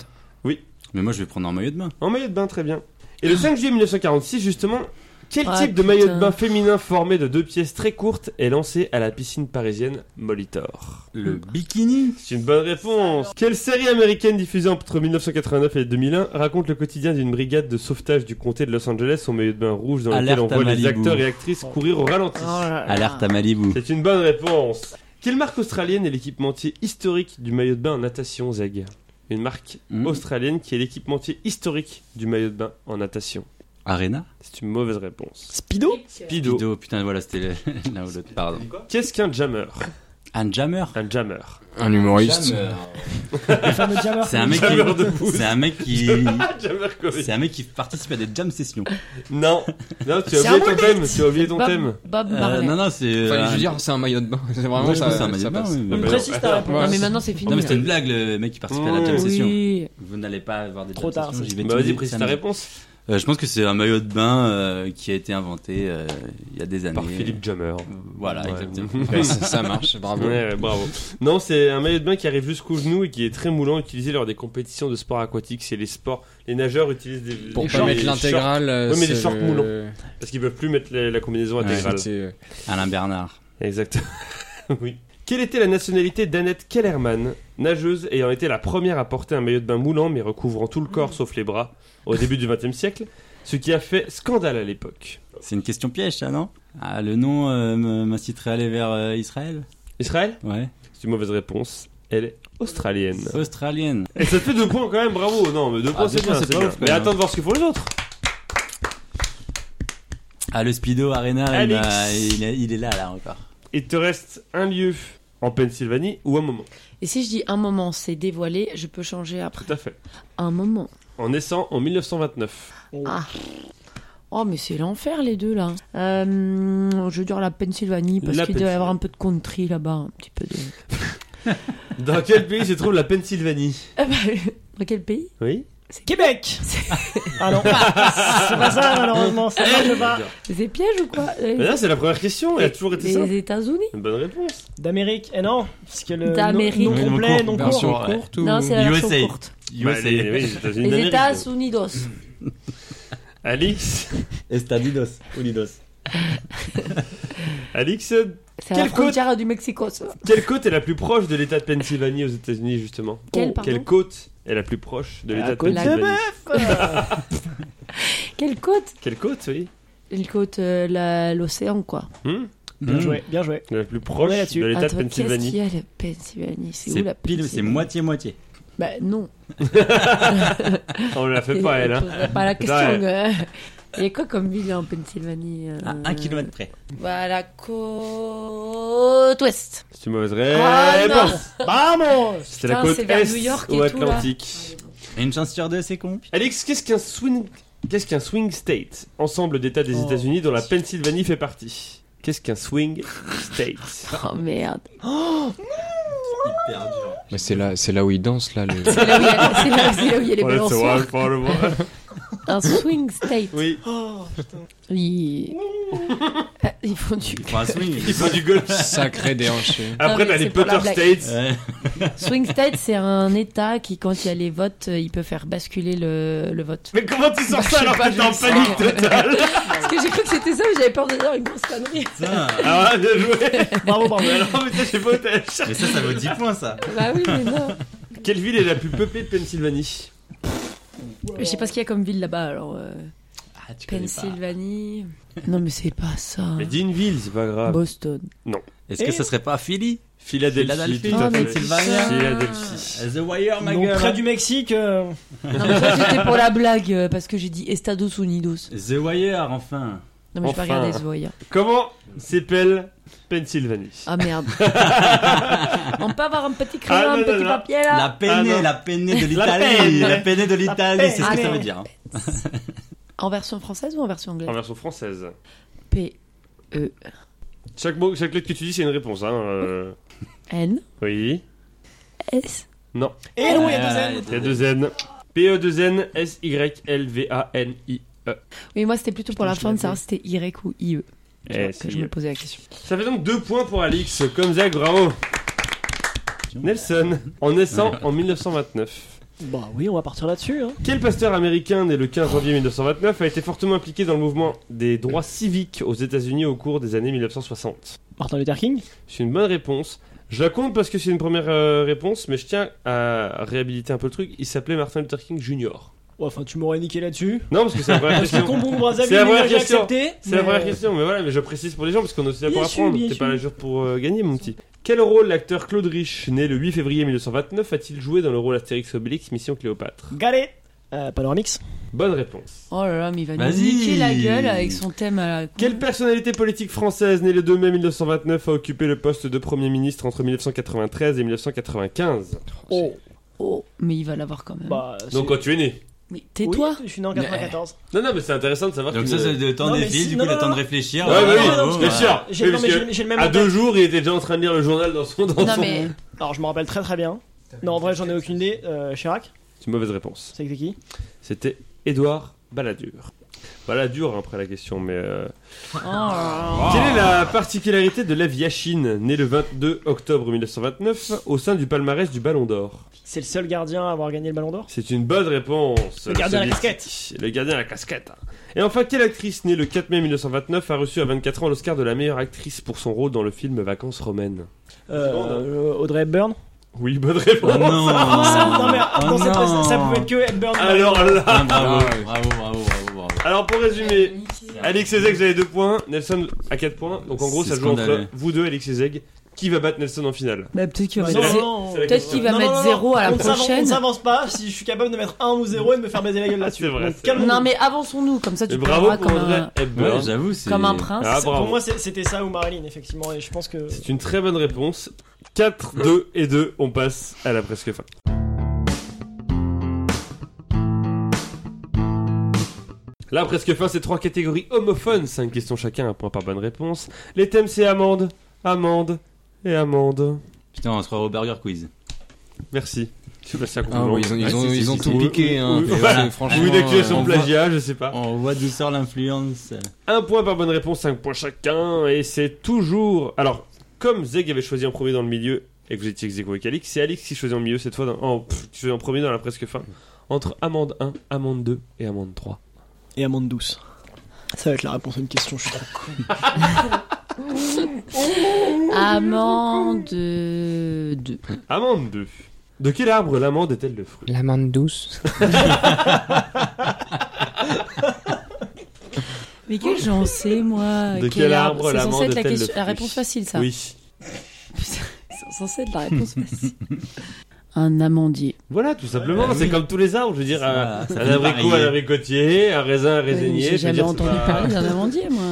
B: Mais moi, je vais prendre un maillot de bain.
A: En maillot de bain, très bien. Et le 5 juillet 1946, justement, quel
D: Ah,
A: type de maillot de
D: putain.
A: bain féminin formé de deux pièces très courtes est lancé à la piscine parisienne Molitor
B: Le bikini
A: C'est une bonne réponse. Quelle série américaine diffusée entre 1989 et 2001 raconte le quotidien d'une brigade de sauvetage du comté de Los Angeles en maillot de bain rouge dans lequel
B: Alerte
A: on voit
B: à
A: les
B: Malibu.
A: acteurs et actrices courir au
B: Oh
D: Oh
A: ralenti
B: Alerte à Malibu.
A: C'est une bonne réponse. Quelle marque australienne est l'équipementier historique du maillot de bain en natation, Zeg Une marque
B: Hmm.
A: australienne qui est l'équipementier historique du maillot de bain en natation.
B: Arena
A: C'est une mauvaise réponse.
C: Speedo
A: Speedo.
B: Pido, putain, voilà, c'était le- (laughs) là où l'autre. Pardon.
A: Qu'est-ce qu'un jammer
B: Un jammer
A: Un jammer.
E: Un humoriste.
A: euh,
C: Le fameux jammer.
B: C'est un mec
A: Jammer de
B: qui.
A: pouce.
B: C'est un mec qui.
A: Un jammer comique.
B: C'est un mec qui participe à des jam sessions.
A: Non, non, tu as
C: C'est
A: oublié
C: un
A: ton thème. Tu as oublié ton
D: Bob-
A: thème.
D: Bob
B: Euh,
D: Marley.
B: non, non, c'est.
E: Enfin,
B: euh,
E: je veux dire, c'est un maillot de bain. (laughs) C'est
B: moi,
E: vraiment
B: je
E: ça.
B: trouve que c'est un maillot de
E: ça
B: bain,
E: passe.
B: oui, mais-
C: On précise ta réponse.
D: Non,
E: Ouais,
D: mais
E: c'est-
D: maintenant c'est fini.
B: Non, mais
D: là.
B: c'était une blague, le mec qui participe à la jam
A: Oui.
B: session.
D: Oui.
B: Vous n'allez pas avoir des
C: Trop
B: jam
C: tard,
B: sessions,
C: ça.
B: j'y vais
A: Bah
B: tous
A: vas-y,
B: les
A: précise ta
B: samedis.
A: réponse.
B: Euh, je pense que c'est un maillot de bain euh, qui a été inventé euh, il y a des années. Euh,
A: Par Philippe Jammer.
B: Voilà,
A: Ouais.
B: (laughs) exactement.
E: Ouais, ça (laughs) ça marche, bravo.
A: Ouais, ouais, bravo. Non, c'est un maillot de bain qui arrive jusqu'au genou et qui est très moulant, utilisé lors des compétitions de sports aquatiques. C'est les sports. Les nageurs utilisent des.
E: Pour
A: des
E: pas
A: shorts-
E: mettre
A: des
E: l'intégrale. euh,
A: Ouais, mais les
E: c'est
A: shorts
E: le- euh,
A: moulants. shorts, Parce qu'ils peuvent plus mettre la, la combinaison
B: Ouais,
A: intégrale.
E: C'est-
B: Alain Bernard.
A: Exactement. (laughs) oui. Quelle était la nationalité d'Annette Kellerman, nageuse ayant été la première à porter un maillot de bain moulant mais recouvrant tout le corps sauf les bras au début du XXe siècle, ce qui a fait scandale à l'époque.
B: C'est une question piège, ça, non ah, Le nom euh, me- m'inciterait à aller vers euh, Israël
A: Israël
B: Ouais.
A: C'est une mauvaise réponse. Elle est australienne.
B: Bah. Australienne.
A: Et ça te fait deux points quand même, bravo. Non, mais deux
B: Ah,
A: points
B: deux
A: c'est
B: points,
A: bien,
B: c'est
A: c'est
B: pas
A: bien.
B: ouf, quand
A: Mais
B: même.
A: attends de voir ce que font les autres.
B: Ah, le Speedo Arena, il,
A: Alex.
B: m'a- il est- il est là, là encore.
A: Il te reste un lieu en Pennsylvanie ou un moment.
D: Et si je dis un moment, c'est dévoilé, je peux changer après.
A: Tout à fait.
D: Un moment.
A: En naissant en 1929.
C: Oh.
D: Ah. Oh, mais c'est l'enfer, les deux, là. Euh, je veux dire la Pennsylvanie, parce
A: La
D: qu'il doit y
A: Pennsylvanie.
D: avoir un peu de country là-bas. Un petit peu de.
A: (laughs) Dans quel pays se trouve la Pennsylvanie
D: Ah bah, Dans quel pays
A: Oui.
C: Québec Ah non, c'est pas ça malheureusement, ça marche pas.
D: C'est piège ou quoi
A: Mais
D: Euh,
A: là, c'est la première question, elle a toujours été Eh, ça.
D: Les États-Unis
A: Une bonne réponse.
C: D'Amérique, eh non, parce que le
D: D'Amérique.
C: nom-
B: Oui,
C: nom
B: non,
C: complet,
B: court,
C: non
B: version.
C: court.
E: Version
B: ouais.
E: courte ou.
D: Non, c'est la version
B: USA.
D: courte.
A: Bah, les- oui, les États-Unis
D: Les
A: d'Amérique,
D: États
A: quoi.
D: Unidos.
A: Alix,
B: Estadidos. Unidos.
A: Alix,
D: C'est
A: Quelle
D: la frontière du Mexico, ça.
A: quelle côte est la plus proche de l'État de Pennsylvanie aux États-Unis justement
D: Quelle,
A: Oh,
D: pardon
A: côte est la plus proche de
C: La
A: l'État de
C: côte de
A: Pennsylvanie
D: Quelle côte
A: Quelle côte, oui
D: Une côte, euh, la- l'océan, quoi.
A: Hmm (laughs)
C: Bien joué, bien joué.
A: La plus proche
C: On est là-dessus.
A: de l'État de
D: Attends, Qu'est-ce qu'il
A: Pennsylvanie.
D: y a, la Pennsylvanie C'est où
B: C'est
D: la
B: pile, c'est
D: Pennsylvanie
B: moitié-moitié.
D: Bah, non.
A: On ne la fait pas,
D: (laughs)
A: elle. hein.
D: Je poserai Pas la question.
A: Ouais.
D: euh. Il y a quoi comme ville en Pennsylvanie euh,
B: À Ah, un kilomètre près.
D: Bah, la côte ouest.
A: C'est une mauvaise
D: Ah, non.
A: réponse.
C: Vamos
A: C'est la
D: Putain,
A: côte
D: c'est vers
A: est
D: New York et
A: ou
D: tout, là.
A: Atlantique.
B: Et Une chance sur deux, c'est con.
A: Alex, qu'est-ce qu'un swing Qu'est-ce qu'un swing state Ensemble d'États des
C: Oh.
A: États-Unis dont la Pennsylvanie fait partie. Qu'est-ce qu'un swing
D: (laughs)
A: state
D: Oh merde.
B: Hyper dur.
E: Mais c'est là, c'est là où il danse
A: (laughs)
E: là. Le...
D: C'est là où il y a- c'est là- c'est là où il y a (laughs) les balançoires. Un swing state.
A: Oui,
D: (laughs) Ils... Ah, Ils font du
B: Il faut un swing.
A: (laughs) ils font du golf.
E: Sacré déhanché.
A: Après, t'as
D: mais
A: les
D: Ah c'est pour la
A: putter
D: blague. Euh.
A: states.
B: Ouais.
D: Swing state, c'est un état qui, quand il y a les votes, euh, il peut faire basculer le, le vote.
A: Mais comment tu sors
D: Bah, je
A: ça
D: sais
A: alors
D: pas,
A: que t'es en
D: je sais.
A: panique totale
D: (laughs) Parce que j'ai cru que c'était ça, mais j'avais peur de dire une grosse connerie.
B: Ça,
A: Ah, ouais, bien
D: (laughs)
A: joué
C: Bravo, bravo.
A: Mais alors, putain, je sais pas où t'as la chair.
B: mais ça, ça vaut 10 points, ça.
D: Bah oui, mais non.
A: Quelle ville est la plus peuplée de Pennsylvanie
D: Je sais pas ce qu'il y a comme ville là-bas, alors. euh,
B: Ah, tu connais pas.
D: Pennsylvanie. Non, mais c'est pas ça. hein.
A: Mais dis une ville, c'est pas grave.
D: Boston.
B: Est-ce que
C: Et-
B: ça serait pas Philly
A: Philadelphie, tout
B: Philadelphie.
A: à
D: Oh, mais
A: fait.
D: putain.
A: Philadelphie.
B: The Wire, ma
C: Donc
B: gueule.
A: hein.
C: près du Mexique, euh,
D: Non, mais ça, c'était pour la blague, euh, parce que j'ai dit Estados Unidos.
B: The Wire, enfin.
D: Non, mais je vais
A: Enfin.
D: regarder ce voyant.
A: Comment s'appelle Pennsylvanie (laughs)
D: Ah merde. On peut avoir un petit
A: Ah,
D: crayon,
A: non,
D: un
A: non,
D: petit
A: non.
D: papier là
B: La peinée,
A: Ah, non.
B: la peinée de
A: La
B: l'Italie.
A: peine.
B: La peinée de l'Italie, c'est ce que
D: peine.
B: ça veut dire. hein.
D: En version française ou en version anglaise
A: En version française.
D: P,
A: Chaque mot, chaque lettre que tu dis, c'est une réponse. Hein. euh.
D: N,
A: Oui.
D: S.
C: Et non, il y
B: Ah,
C: a deux N.
A: Il y a deux N. E P-E-2-N-S-Y-L-V-A-N-I-E.
D: Oui, moi c'était plutôt pour la
C: Putain, je
D: fin de
C: l'avais.
D: savoir si c'était Y ou IE.
A: Eh,
D: que
A: c'est
D: je
A: IE.
D: me posais la question.
A: Ça fait donc deux points pour Alix. Comme Zach, bravo. Nelson, en naissant en 1929.
C: Bah oui, on va partir là-dessus. Hein.
A: Quel pasteur américain né le 15 janvier 1929 a été fortement impliqué dans le mouvement des droits civiques aux États-Unis au cours des années 1960
C: Martin Luther King
A: C'est une bonne réponse. Je la compte parce que c'est une première euh, réponse, mais je tiens à réhabiliter un peu le truc. Il s'appelait Martin Luther King Jr.
C: Ouais, enfin, tu m'aurais niqué là-dessus.
A: Non, parce que Ah, c'est la première
C: Parce que
A: question.
C: Congo Brazzaville,
A: C'est la
C: les gars,
A: vraie
C: j'ai
A: question.
C: accepté.
A: C'est la
C: mais- euh,
A: première question, mais voilà, mais je précise pour les gens parce qu'on est aussi là pour
C: Bien sûr,
A: apprendre.
C: bien
A: T'es
C: sûr.
A: pas là juste pour euh, gagner, mon petit. Quel rôle l'acteur Claude Rich, né le 8 février 1929, a-t-il joué dans le rôle Astérix Obélix Mission Cléopâtre
C: Got it. Euh, Panoramix.
A: Bonne réponse.
D: Oh là là, mais il va nous
B: Vas-y.
D: niquer la gueule avec son thème à la.
A: Quelle personnalité politique française, née le 2 mai 1929, a occupé le poste de Premier ministre entre 1993 et 1995
C: Oh,
D: Oh, mais il va l'avoir quand même.
C: bah.
A: Donc
C: c'est-
A: quand tu es né
D: Mais tais-toi
C: Oui, Je suis né en 94.
A: Non, non, mais c'est intéressant de savoir
B: Donc
A: qu'il
B: ça,
A: est-
B: c'est le temps
C: Non, mais
B: d'essayer,
C: si,
B: du
C: non,
B: coup, le
C: non,
B: temps de
C: non.
B: réfléchir.
A: Ouais, bah oui,
C: Non, non, non,
A: bien
C: je-
A: sûr.
C: J'ai
A: Oui,
C: non, mais
A: parce
C: j'ai- j'ai le même
A: À
C: en tête.
A: deux jours, il était déjà en train de lire le journal dans son... Dans
D: Non
A: son... (laughs)
D: mais.
C: Alors, je me rappelle très très bien. Non, en vrai, j'en ai aucune idée. Euh, Chirac,
A: C'est une mauvaise réponse.
C: c'est qui
A: C'était Édouard Balladur. Balladur, hein, après la question, mais... euh,
D: Oh.
C: Ah.
A: Quelle est la particularité de Lev Yachine, né le 22 octobre 1929, au sein du palmarès du Ballon d'Or
C: C'est le seul gardien à avoir gagné le ballon d'or
A: C'est une bonne réponse.
C: Le gardien à la
A: Soviétique. Le gardien à la casquette. Et enfin, quelle actrice née le 4 mai 1929 a reçu à 24 ans l'Oscar de la meilleure actrice pour son rôle dans le film Vacances romaines
C: euh, Audrey Hepburn.
A: Oui, bonne réponse.
B: Oh non
C: Ça, non, mais
B: Oh
C: dans cette
B: non.
C: raison, ça pouvait être que Hepburn.
A: Alors là,
B: Ah, Bravo,
E: Ah ouais.
B: bravo, bravo, bravo, bravo.
A: alors pour résumer, Alex et Zeg, vous avez 2 points, Nelson à 4 points. Donc en gros,
B: C'est
A: ça joue entre
B: scandaleux.
A: vous deux, Alex et Zeg. Qui va battre Nelson en finale
D: Bah, peut-être qu'il va
C: Non,
A: C'est la-
D: mettre.
C: non,
A: c'est la
C: non,
D: Peut-être qu'il va
C: non,
D: mettre
C: non,
D: zéro à la
C: on ne s'avance- On ne
D: prochaine.
C: s'avance pas si je suis capable de mettre 1 ou 0 et de me faire baiser la gueule là-dessus.
A: C'est vrai,
C: Donc,
A: c'est
C: calmons-nous.
D: Non mais avançons-nous comme ça
A: Et
D: tu
A: bravo
D: parleras
A: pour
D: comme
A: Audrey
D: un
A: Hepburn.
B: Ouais, j'avoue, c'est...
D: comme un prince.
A: Ah, bravo.
C: Pour moi, c'est- c'était ça ou Marilyn, effectivement. Et je pense que.
A: C'est une très bonne réponse. 4, 2 et 2, on passe à la presque fin. La presque fin, c'est trois catégories homophones, 5 questions chacun, un point par bonne réponse. Les thèmes, c'est amande, amande et amande.
B: Putain, on se croirait au Burger Quiz.
A: Merci. Sébastien
E: Ah,
A: Coulon.
E: ouais, ils ont, ils
B: Ouais,
E: ont,
B: si,
E: ils
B: si,
E: ont
B: si,
E: tout
B: si.
E: piqué. Hein,
A: Oui,
E: mais
A: voilà.
E: ouais, franchement,
A: Ou une accusation
E: euh,
A: de plagiat, je sais pas.
B: On voit d'où sort l'influence.
A: Un point par bonne réponse, 5 points chacun, et c'est toujours. Alors, comme Zeg avait choisi en premier dans le milieu, et que vous étiez ex aequo avec Alix, c'est Alix qui choisit en milieu cette fois, dans... en... pff, qui choisit en premier dans la presque fin, entre amende 1, amende 2 et amende 3.
C: Et amande douce. Ça va être la réponse à une question, je suis trop con.
D: amande de
A: Amende 2. De quel arbre l'amande est-elle le fruit
F: L'amande douce.
D: Mais que j'en sais moi
A: De quel arbre
D: C'est
A: l'amande
D: censé être la,
A: est-elle le
D: question- la
A: fruit
D: réponse facile ça.
A: Oui.
D: C'est censé être la réponse facile. (laughs) Un amandier.
A: Voilà, tout simplement,
B: bah
A: c'est
B: oui.
A: comme tous les arbres, je veux dire, un,
B: Ça- ça
A: un
B: fait
A: abricot,
B: varier.
A: un abricotier, un raisin, un
D: Ouais, mais
A: raisinier. je
D: Euh, J'ai
A: veux
D: jamais
A: dire, c'est
D: entendu
A: pas- (laughs)
D: parler d'un amandier moi.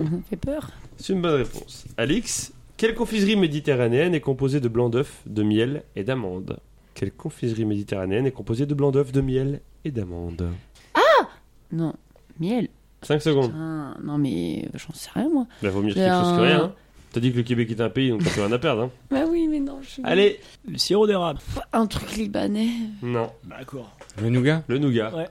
D: On fait peur.
A: C'est une bonne réponse. Alix, quelle confiserie méditerranéenne est composée de blanc d'œuf, de miel et d'amandes Quelle confiserie méditerranéenne est composée de blanc d'œuf, de miel et d'amandes
D: Non. Miel.
A: 5 secondes.
D: Putain, non mais euh, j'en sais rien moi.
A: Bah, vaut mieux
D: J'ai
A: quelque chose que
D: un-
A: rien. hein. T'as dit que le Québec est un pays, donc t'as plus rien à
C: (laughs)
A: perdre. hein.
D: Bah oui mais non. Je suis...
A: Allez
C: Le sirop d'érable.
D: Un truc libanais.
A: Non.
C: Bah, D'accord.
E: Le nougat
A: Le nougat.
C: Ouais.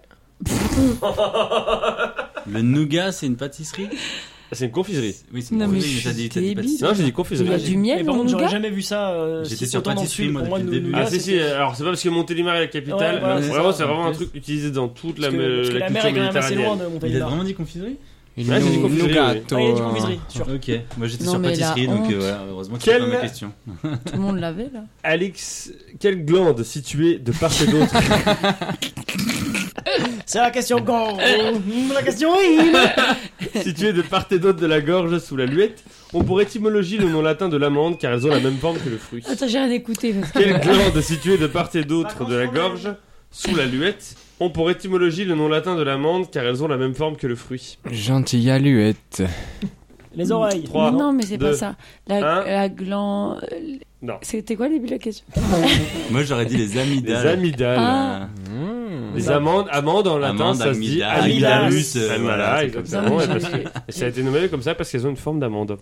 B: Le nougat, c'est une pâtisserie
A: Ah, C'est une confiserie.
B: Oui, c'est une
D: Non, mais
B: confiserie, mais
D: je
B: t'as
D: suis
B: dit, t'as dit
D: débile.
B: pâtisserie.
A: Non, j'ai dit
D: Il y a
A: confiserie.
D: du miel
C: Mais par
D: dans
C: contre,
D: le
C: j'aurais
D: nougat.
C: jamais vu ça. euh,
B: J'étais
C: si
B: sur
C: longtemps dans le
B: Pâtisserie,
C: sud.
B: moi,
C: Pour moi,
B: depuis
C: le
B: le début.
C: nougat,
A: Ah si si,
C: c'était-
A: alors c'est pas parce que Montélimar est la capitale,
C: Ouais, voilà,
A: mais
C: c'est
A: vraiment
C: ça.
A: c'est vraiment un
B: Parce
A: truc utilisé dans toute la,
C: Parce que, parce que
A: la
C: la mer est
A: culture
C: quand même assez
A: méditerranéenne.
C: loin de
B: Oh, Il a
D: Bah,
C: Montélimar.
B: vraiment dit confiserie
E: Il
A: Ouais, j'ai dit confiserie,
E: nougat.
A: oui.
C: Ah, il y a du confiserie, sûr.
B: Ok, moi j'étais
D: Non,
B: sur
D: mais la
B: pâtisserie, donc
D: honte.
B: euh, voilà, heureusement que
A: Quelle-
B: c'est pas ma question.
D: Tout le monde l'avait là.
A: Alix, quelle glande située de part et d'autre
C: C'est la
A: (laughs)
C: question go La question oui
A: Situées de part et d'autre de la gorge sous la luette, on pour étymologie le nom latin de l'amande car elles ont la même forme que le fruit.
D: Attends j'ai rien écouté. parce que-
A: Quelle glande située de part et d'autre de la gorge sous la luette ont pour étymologie le nom latin de l'amande car elles ont la même forme que le fruit.
E: Gentille aluette.
C: Les oreilles.
A: Trois.
D: non, mais c'est
A: deux,
D: pas ça. La,
A: un.
D: la gland. euh,
A: Non.
D: C'était quoi le début de la question
B: Moi, j'aurais dit les
A: Les
B: amygdales.
A: amygdales.
B: Ah.
E: Mmh.
A: Les amandes, amandes en latin,
B: Amande,
A: ça se dit
B: amygdale,
A: amygdalus.
B: euh,
A: Voilà,
B: voilà, c'est
A: exactement. Et
D: comme ça.
A: parce que- et ça a été nommé comme ça parce qu'elles ont une forme d'amande.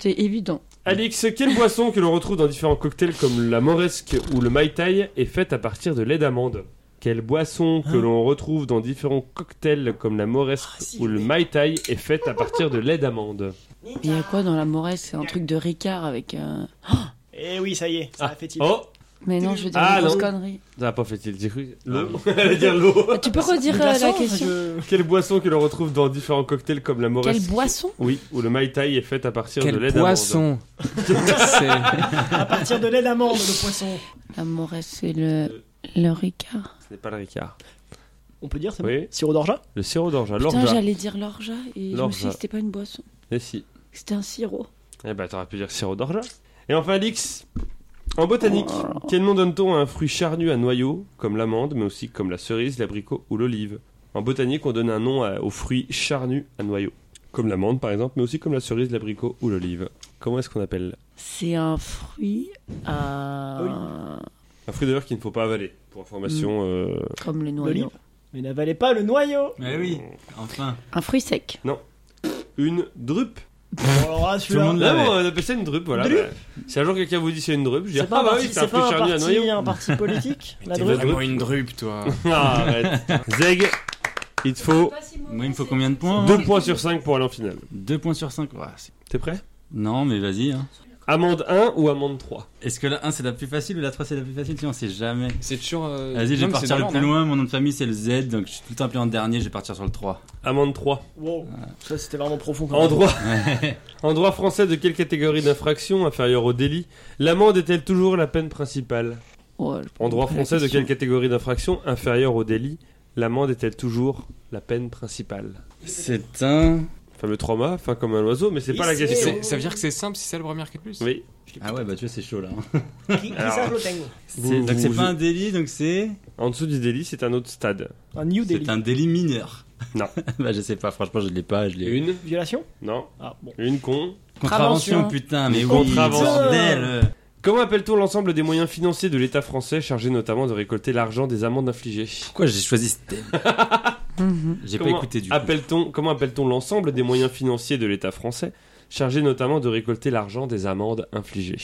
D: C'était évident.
A: Alix, quelle boisson que l'on retrouve dans différents cocktails comme la moresque ou le mai tai est faite à partir de lait d'amande Quelle boisson
D: Hein?
A: que l'on retrouve dans différents cocktails comme la moresque
D: Ah,
C: si,
A: ou le mai tai est faite à partir de lait
D: (laughs)
A: d'amande
D: Mais il y a quoi dans la Moresse C'est un truc de Ricard avec. un...
C: Eh oui, ça y est, ça a fait tilt.
A: Oh
D: Mais non, je veux dire,
A: Ah,
D: une grosse
A: non.
D: connerie.
A: Ça n'a pas fait il j'ai cru. L'eau J'allais dire l'eau
D: Tu peux redire euh, la question
A: Quelle boisson que l'on retrouve dans différents cocktails comme la moresque
D: Quelle boisson
A: Oui, ou le mai tai est faite à partir de lait
E: Quel
A: d'amande (laughs)
E: poisson C'est-
C: À partir de lait d'amande, le poisson.
D: La Moresse, c'est
A: Euh,
D: le. Le Ricard.
A: Ce n'est pas le Ricard.
C: On peut dire, c'est
A: Oui,
C: bon. Sirop d'orgeat
A: le sirop d'orge à
D: Putain,
A: l'orge.
D: j'allais dire l'orgeat et je me
A: L'orgeat.
D: suis dit que c'était pas une boisson.
A: Et si.
D: C'était un sirop.
A: Eh ben, t'aurais pu dire sirop d'orgeat. Et enfin, Alix, en botanique, quel nom donne-t-on à un fruit charnu à noyaux, comme l'amande, mais aussi comme la cerise, l'abricot ou l'olive En botanique, on donne un nom à- aux fruits charnus à noyaux, comme l'amande par exemple, mais aussi comme la cerise, l'abricot ou l'olive. Comment est-ce qu'on appelle
D: C'est un fruit euh, à...
A: Un fruit d'ailleurs qu'il ne faut pas avaler, pour information.
C: Mm.
A: euh,
D: comme le
C: L'olive
D: noyau.
C: Mais n'avalez pas le noyau
B: Mais Eh oui, enfin.
D: Un fruit sec.
A: Une drupe.
C: Bon, Oh, alors là, celui-là,
B: Tout le monde-
A: Là,
B: ouais.
A: on appelle ça une drupe, voilà.
C: Drupe.
A: bah, si un jour quelqu'un vous dit c'est une drupe, je dis
C: C'est pas,
A: ah
C: un
A: bah
C: parti-
A: oui, c'est
C: c'est
A: un fruit
C: pas un
A: charnu à noyaux.
C: parti, un
A: (laughs)
C: parti politique la
A: t'es
C: drogue.
A: vraiment
E: une drupe, toi.
A: (laughs) Ah, arrête. Zeg, il te faut
B: Moi, il me faut combien de points hein
A: 2 points sur 5 pour aller en finale.
B: Deux points sur 5.
A: T'es prêt
B: non, mais vas-y. hein.
A: Amande 1 ou amande 3
B: Est-ce que la 1 c'est la plus facile ou la 3 c'est la plus facile Tu sais, on sait jamais.
E: C'est toujours. euh,
B: Vas-y, je vais
E: non, mais c'est
B: partir
E: dans
B: le plus
E: l'ordre,
B: loin. Mon nom de famille c'est le Z, donc je suis tout le temps appelé en dernier. Je vais partir sur le 3.
A: Amende 3.
C: Wow. Ça, c'était vraiment profond. quand
A: En
C: même.
A: droit, (laughs) en droit français, de quelle catégorie d'infraction inférieure au délit L'amende est-elle toujours la peine principale
D: Oh, je
A: En droit
D: comprends pas la
A: français, de
D: question.
A: quelle catégorie d'infraction inférieure au délit L'amende est-elle toujours la peine principale
B: C'est un.
A: Fameux trauma, fin comme un oiseau, mais c'est pas la
E: hein. Et
A: question.
E: c'est- Ça veut dire que c'est simple si c'est la première qui est le plus
A: Oui.
B: Ah ouais, bah tu vois, c'est chaud là.
C: Qui, qui
A: Alors-
C: ça, je le tengo
A: Vous-
B: donc (laughs) c'est
A: vous-
B: pas un délit, donc c'est.
A: En dessous du délit, c'est un autre stade.
C: Un New Delhi.
B: C'est un délit mineur.
A: Non.
B: (laughs) bah je sais pas, franchement, je l'ai pas. Je l'ai.
A: Une
C: Violation
A: Non.
C: Ah bon.
A: Une con.
B: Contravention,
D: Contravention.
B: putain, mais oui.
A: Contravention.
B: bordel.
A: Comment appelle-t-on l'ensemble des moyens financiers de l'État français chargé notamment de récolter l'argent des amendes infligées
B: Pourquoi j'ai choisi ce thème
D: Mhm.
B: J'ai pas
A: Comment
B: écouté du coup. (laughs)
A: appelle-t-on comment appelle-t-on l'ensemble des moyens financiers de l'État français chargé notamment de récolter l'argent des amendes infligées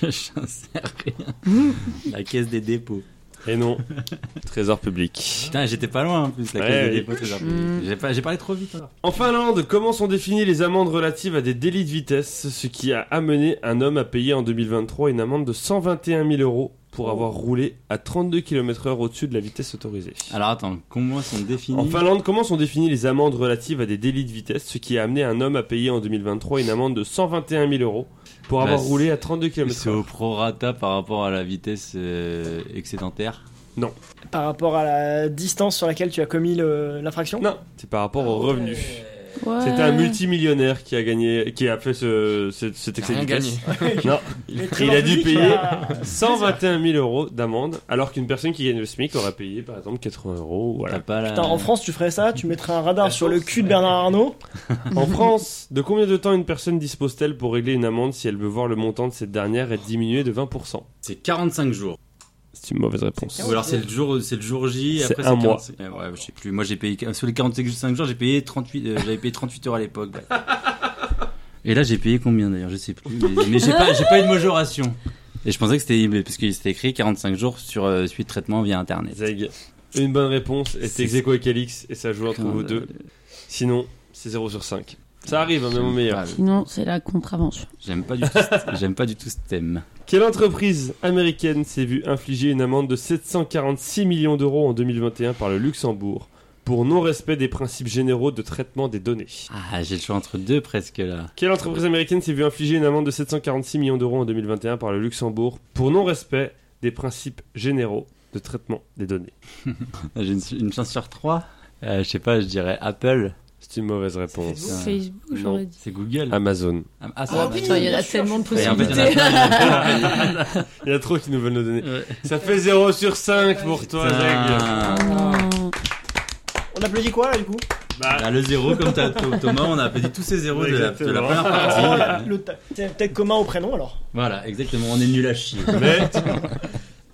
B: J'en sais rien. La caisse des dépôts.
A: Et non, (laughs) Trésor public.
B: Putain, j'étais pas loin en plus, la
A: Ouais,
B: caisse des
A: oui.
B: dépôts, trésor
D: Mm.
B: public. J'ai pas- j'ai parlé trop vite hein. alors.
A: En Finlande, comment sont définies les amendes relatives à des délits de vitesse, ce qui a amené un homme à payer en 2023 une amende de 121 000 euros
B: Oh.
A: pour avoir roulé à 32 km/h au-dessus de la vitesse autorisée
B: Alors attends, comment sont définis
A: En Finlande, comment sont définies les amendes relatives à des délits de vitesse, ce qui a amené un homme à payer en 2023 une amende de 121 000 euros pour avoir
B: Bah,
A: roulé à 32
B: C'est
A: km/h
B: au prorata par rapport à la vitesse euh, excédentaire.
C: Par rapport à la distance sur laquelle tu as commis le- l'infraction
A: Non, c'est par rapport aux revenus.
E: Euh,
D: Ouais.
A: C'était un multimillionnaire qui a gagné, qui a fait ce, ce- cet excès de
E: rien
A: vitesse.
E: gagné.
A: (laughs) Non,
C: Le
A: il
C: trésor
A: a dû
C: public,
A: payer
C: ah.
A: 121 000 euros d'amende, alors qu'une personne qui gagne le SMIC aurait payé par exemple 80 euros.
B: T'as
A: Voilà.
B: pas la...
C: Putain, en France, tu ferais ça, tu mettrais un radar sur le cul de Bernard Arnault.
E: (laughs)
A: En France, de combien de temps une personne dispose-t-elle pour régler une amende si elle veut voir le montant de cette dernière être diminué de 20%
B: C'est 45 jours.
A: C'est une mauvaise réponse.
B: Ou alors c'est le jour, c'est le jour J.
A: C'est
B: après,
A: un mois.
B: 45 Ouais, ouais, je sais plus. Moi j'ai payé sur les 45 jours, j'ai payé 38. euh, J'avais payé 38 heures à l'époque. ouais. Et là j'ai payé combien d'ailleurs, je sais plus. Mais, mais j'ai pas, j'ai pas eu de majoration. Et je pensais que c'était mais parce qu'il s'était écrit 45 jours sur euh, suite traitement via internet.
A: Zeg, une bonne réponse et c'est
B: C'est-
A: ex aequo avec Alix et ça joue entre vous deux. Sinon, c'est 0 sur 5. Ça arrive, hein, même au meilleur.
B: Ah,
D: Sinon, c'est la contravention.
B: J'aime pas du tout. ce- (laughs) J'aime pas du tout ce thème.
A: Quelle entreprise américaine s'est vue infliger une amende de 746 millions d'euros en 2021 par le Luxembourg pour non-respect des principes généraux de traitement des données
B: Ah, j'ai le choix entre deux presque là.
A: Quelle entreprise américaine s'est vue infliger une amende de 746 millions d'euros en 2021 par le Luxembourg pour non-respect des principes généraux de traitement des données
B: J'ai une, une chance sur trois. Euh, je sais pas, je dirais Apple.
A: C'est une mauvaise réponse.
B: Facebook.
D: Facebook,
A: Non.
D: j'aurais dit.
B: C'est Google.
A: Amazon.
B: Ah, ah,
D: Oh
B: ça va.
D: putain, il y en a
F: bien sûr,
D: tellement de
B: Et en fait, il y en a
D: possibilités.
B: plein,
D: (laughs)
B: (laughs) il y en a plein.
A: Il y a trop qui nous veulent nous donner.
B: Ouais.
A: Ça fait 0 sur 5 pour toi, Zeg.
B: Putain.
D: Non.
C: On applaudit quoi là du coup
A: Bah,
B: Bah, le zéro, comme t'as- Tho- Thomas, on a appelé tous ces zéros de la, de la
A: Exactement.
B: première
A: (laughs)
C: Oh, la-
B: partie.
C: le ta- C'est peut-être commun au prénom alors.
B: Voilà, exactement, on est nul à chier.
A: mais.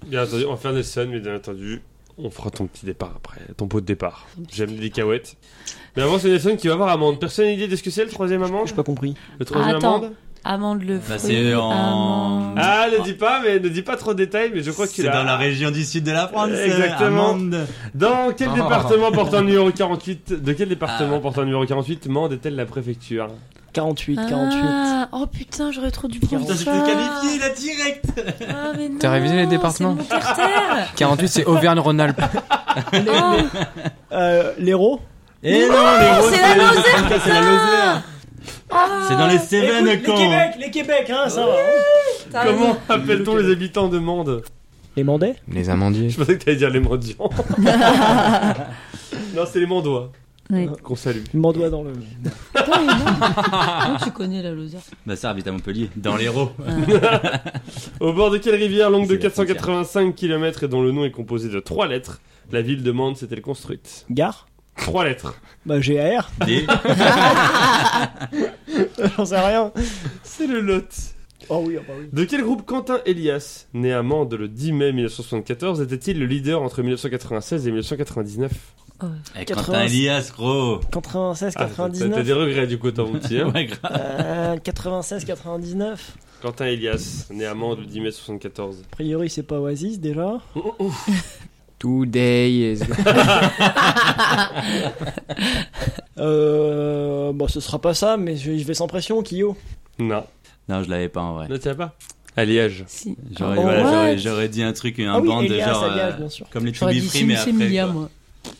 A: Bien entendu, on va faire des sons, mais bien entendu, on fera ton petit départ après, ton pot de départ. J'aime les cacahuètes. Mais avant, c'est Nelson qui va voir Amande. Personne n'a idée de ce que c'est le troisième amande
C: J'ai pas compris.
A: Le troisième
D: Attends.
A: amande
D: Amande le fruit.
B: Bah, c'est en-
D: amande.
A: Ah, ne dis pas, mais ne dis pas trop de détails, mais je crois que tu
B: C'est
A: l'as.
B: dans la région du sud de la France. euh,
A: Exactement.
B: Amande.
A: Dans quel
E: Ah.
A: département portant le numéro
B: (laughs)
A: 48 De quel département
B: Ah.
A: portant le numéro 48 Mende est-elle la préfecture
C: 48, 48.
D: Ah, oh putain, j'aurais trop dû prendre
B: Putain, j'étais
D: ça.
B: qualifié là direct.
D: Ah, mais
E: T'as
D: non,
E: révisé les
D: c'est
E: départements
D: mon (laughs) carter.
E: 48, c'est Auvergne-Rhône-Alpes.
D: Oh.
C: Euh, L'héros
B: Et non, les roses,
D: c'est la Lozère,
B: Putain, c'est la Lozère. C'est dans les Cévennes,
C: Écoute, Les
B: quand
C: Québec, les Québec, hein, ça va.
B: Ah,
D: T'as
A: Comment
D: raison.
A: (laughs) appelle-t-on les habitants de Mende
C: Les Mandais
E: Les amandiers.
A: Je pensais que t'allais dire les
B: (laughs)
A: mendiants. non, c'est les mandois
D: (laughs) Ouais.
A: qu'on salue.
C: Les Mandois dans le.
D: Putain, mais non. Non, tu connais la Lozère.
B: Bah, ça habite à Montpellier, dans les l'Hérault.
A: Au bord de quelle rivière longue de
B: C'est la
A: 485 km et dont le nom est composé de trois lettres, la ville de Mende s'est-elle construite
C: Gare
A: Trois
B: (laughs)
A: lettres.
C: Bah, GAR.
B: Des-
C: (laughs) J'en sais rien.
A: C'est le Lot.
C: Oh oui, oh bah oui.
A: De quel groupe Quentin Elias, né à Mende le 10 mai 1974, était-il le leader entre 1996 et 1999
B: Eh,
C: 80.
B: Quentin Elias, gros.
C: 96,
A: Ah, t'as- T'as
C: 99.
A: des regrets du coup, t'as mon petit. hein.
B: (laughs) Ouais, grave.
C: euh, 96, 99.
A: Quentin Elias, né à Mende le 10 mai 74.
C: A priori, c'est pas Oasis déjà.
E: Today is...
C: Euh. Bon, ce sera pas ça, mais je, je vais sans pression, Kyo.
A: Non,
B: Non, je l'avais pas en vrai.
A: ne tiens pas. À Liège.
D: Si.
B: J'aurais
C: Oh,
B: voilà,
D: what
B: j'aurais- j'aurais dit un truc, un
C: ah oui,
B: band de
C: Elias,
B: genre.
C: Elias,
B: euh,
C: bien sûr.
B: Comme les
D: J'aurais
B: Tubi
D: dit
B: Free, mais
D: Sim
B: après.
D: Milia,
B: quoi.
D: moi.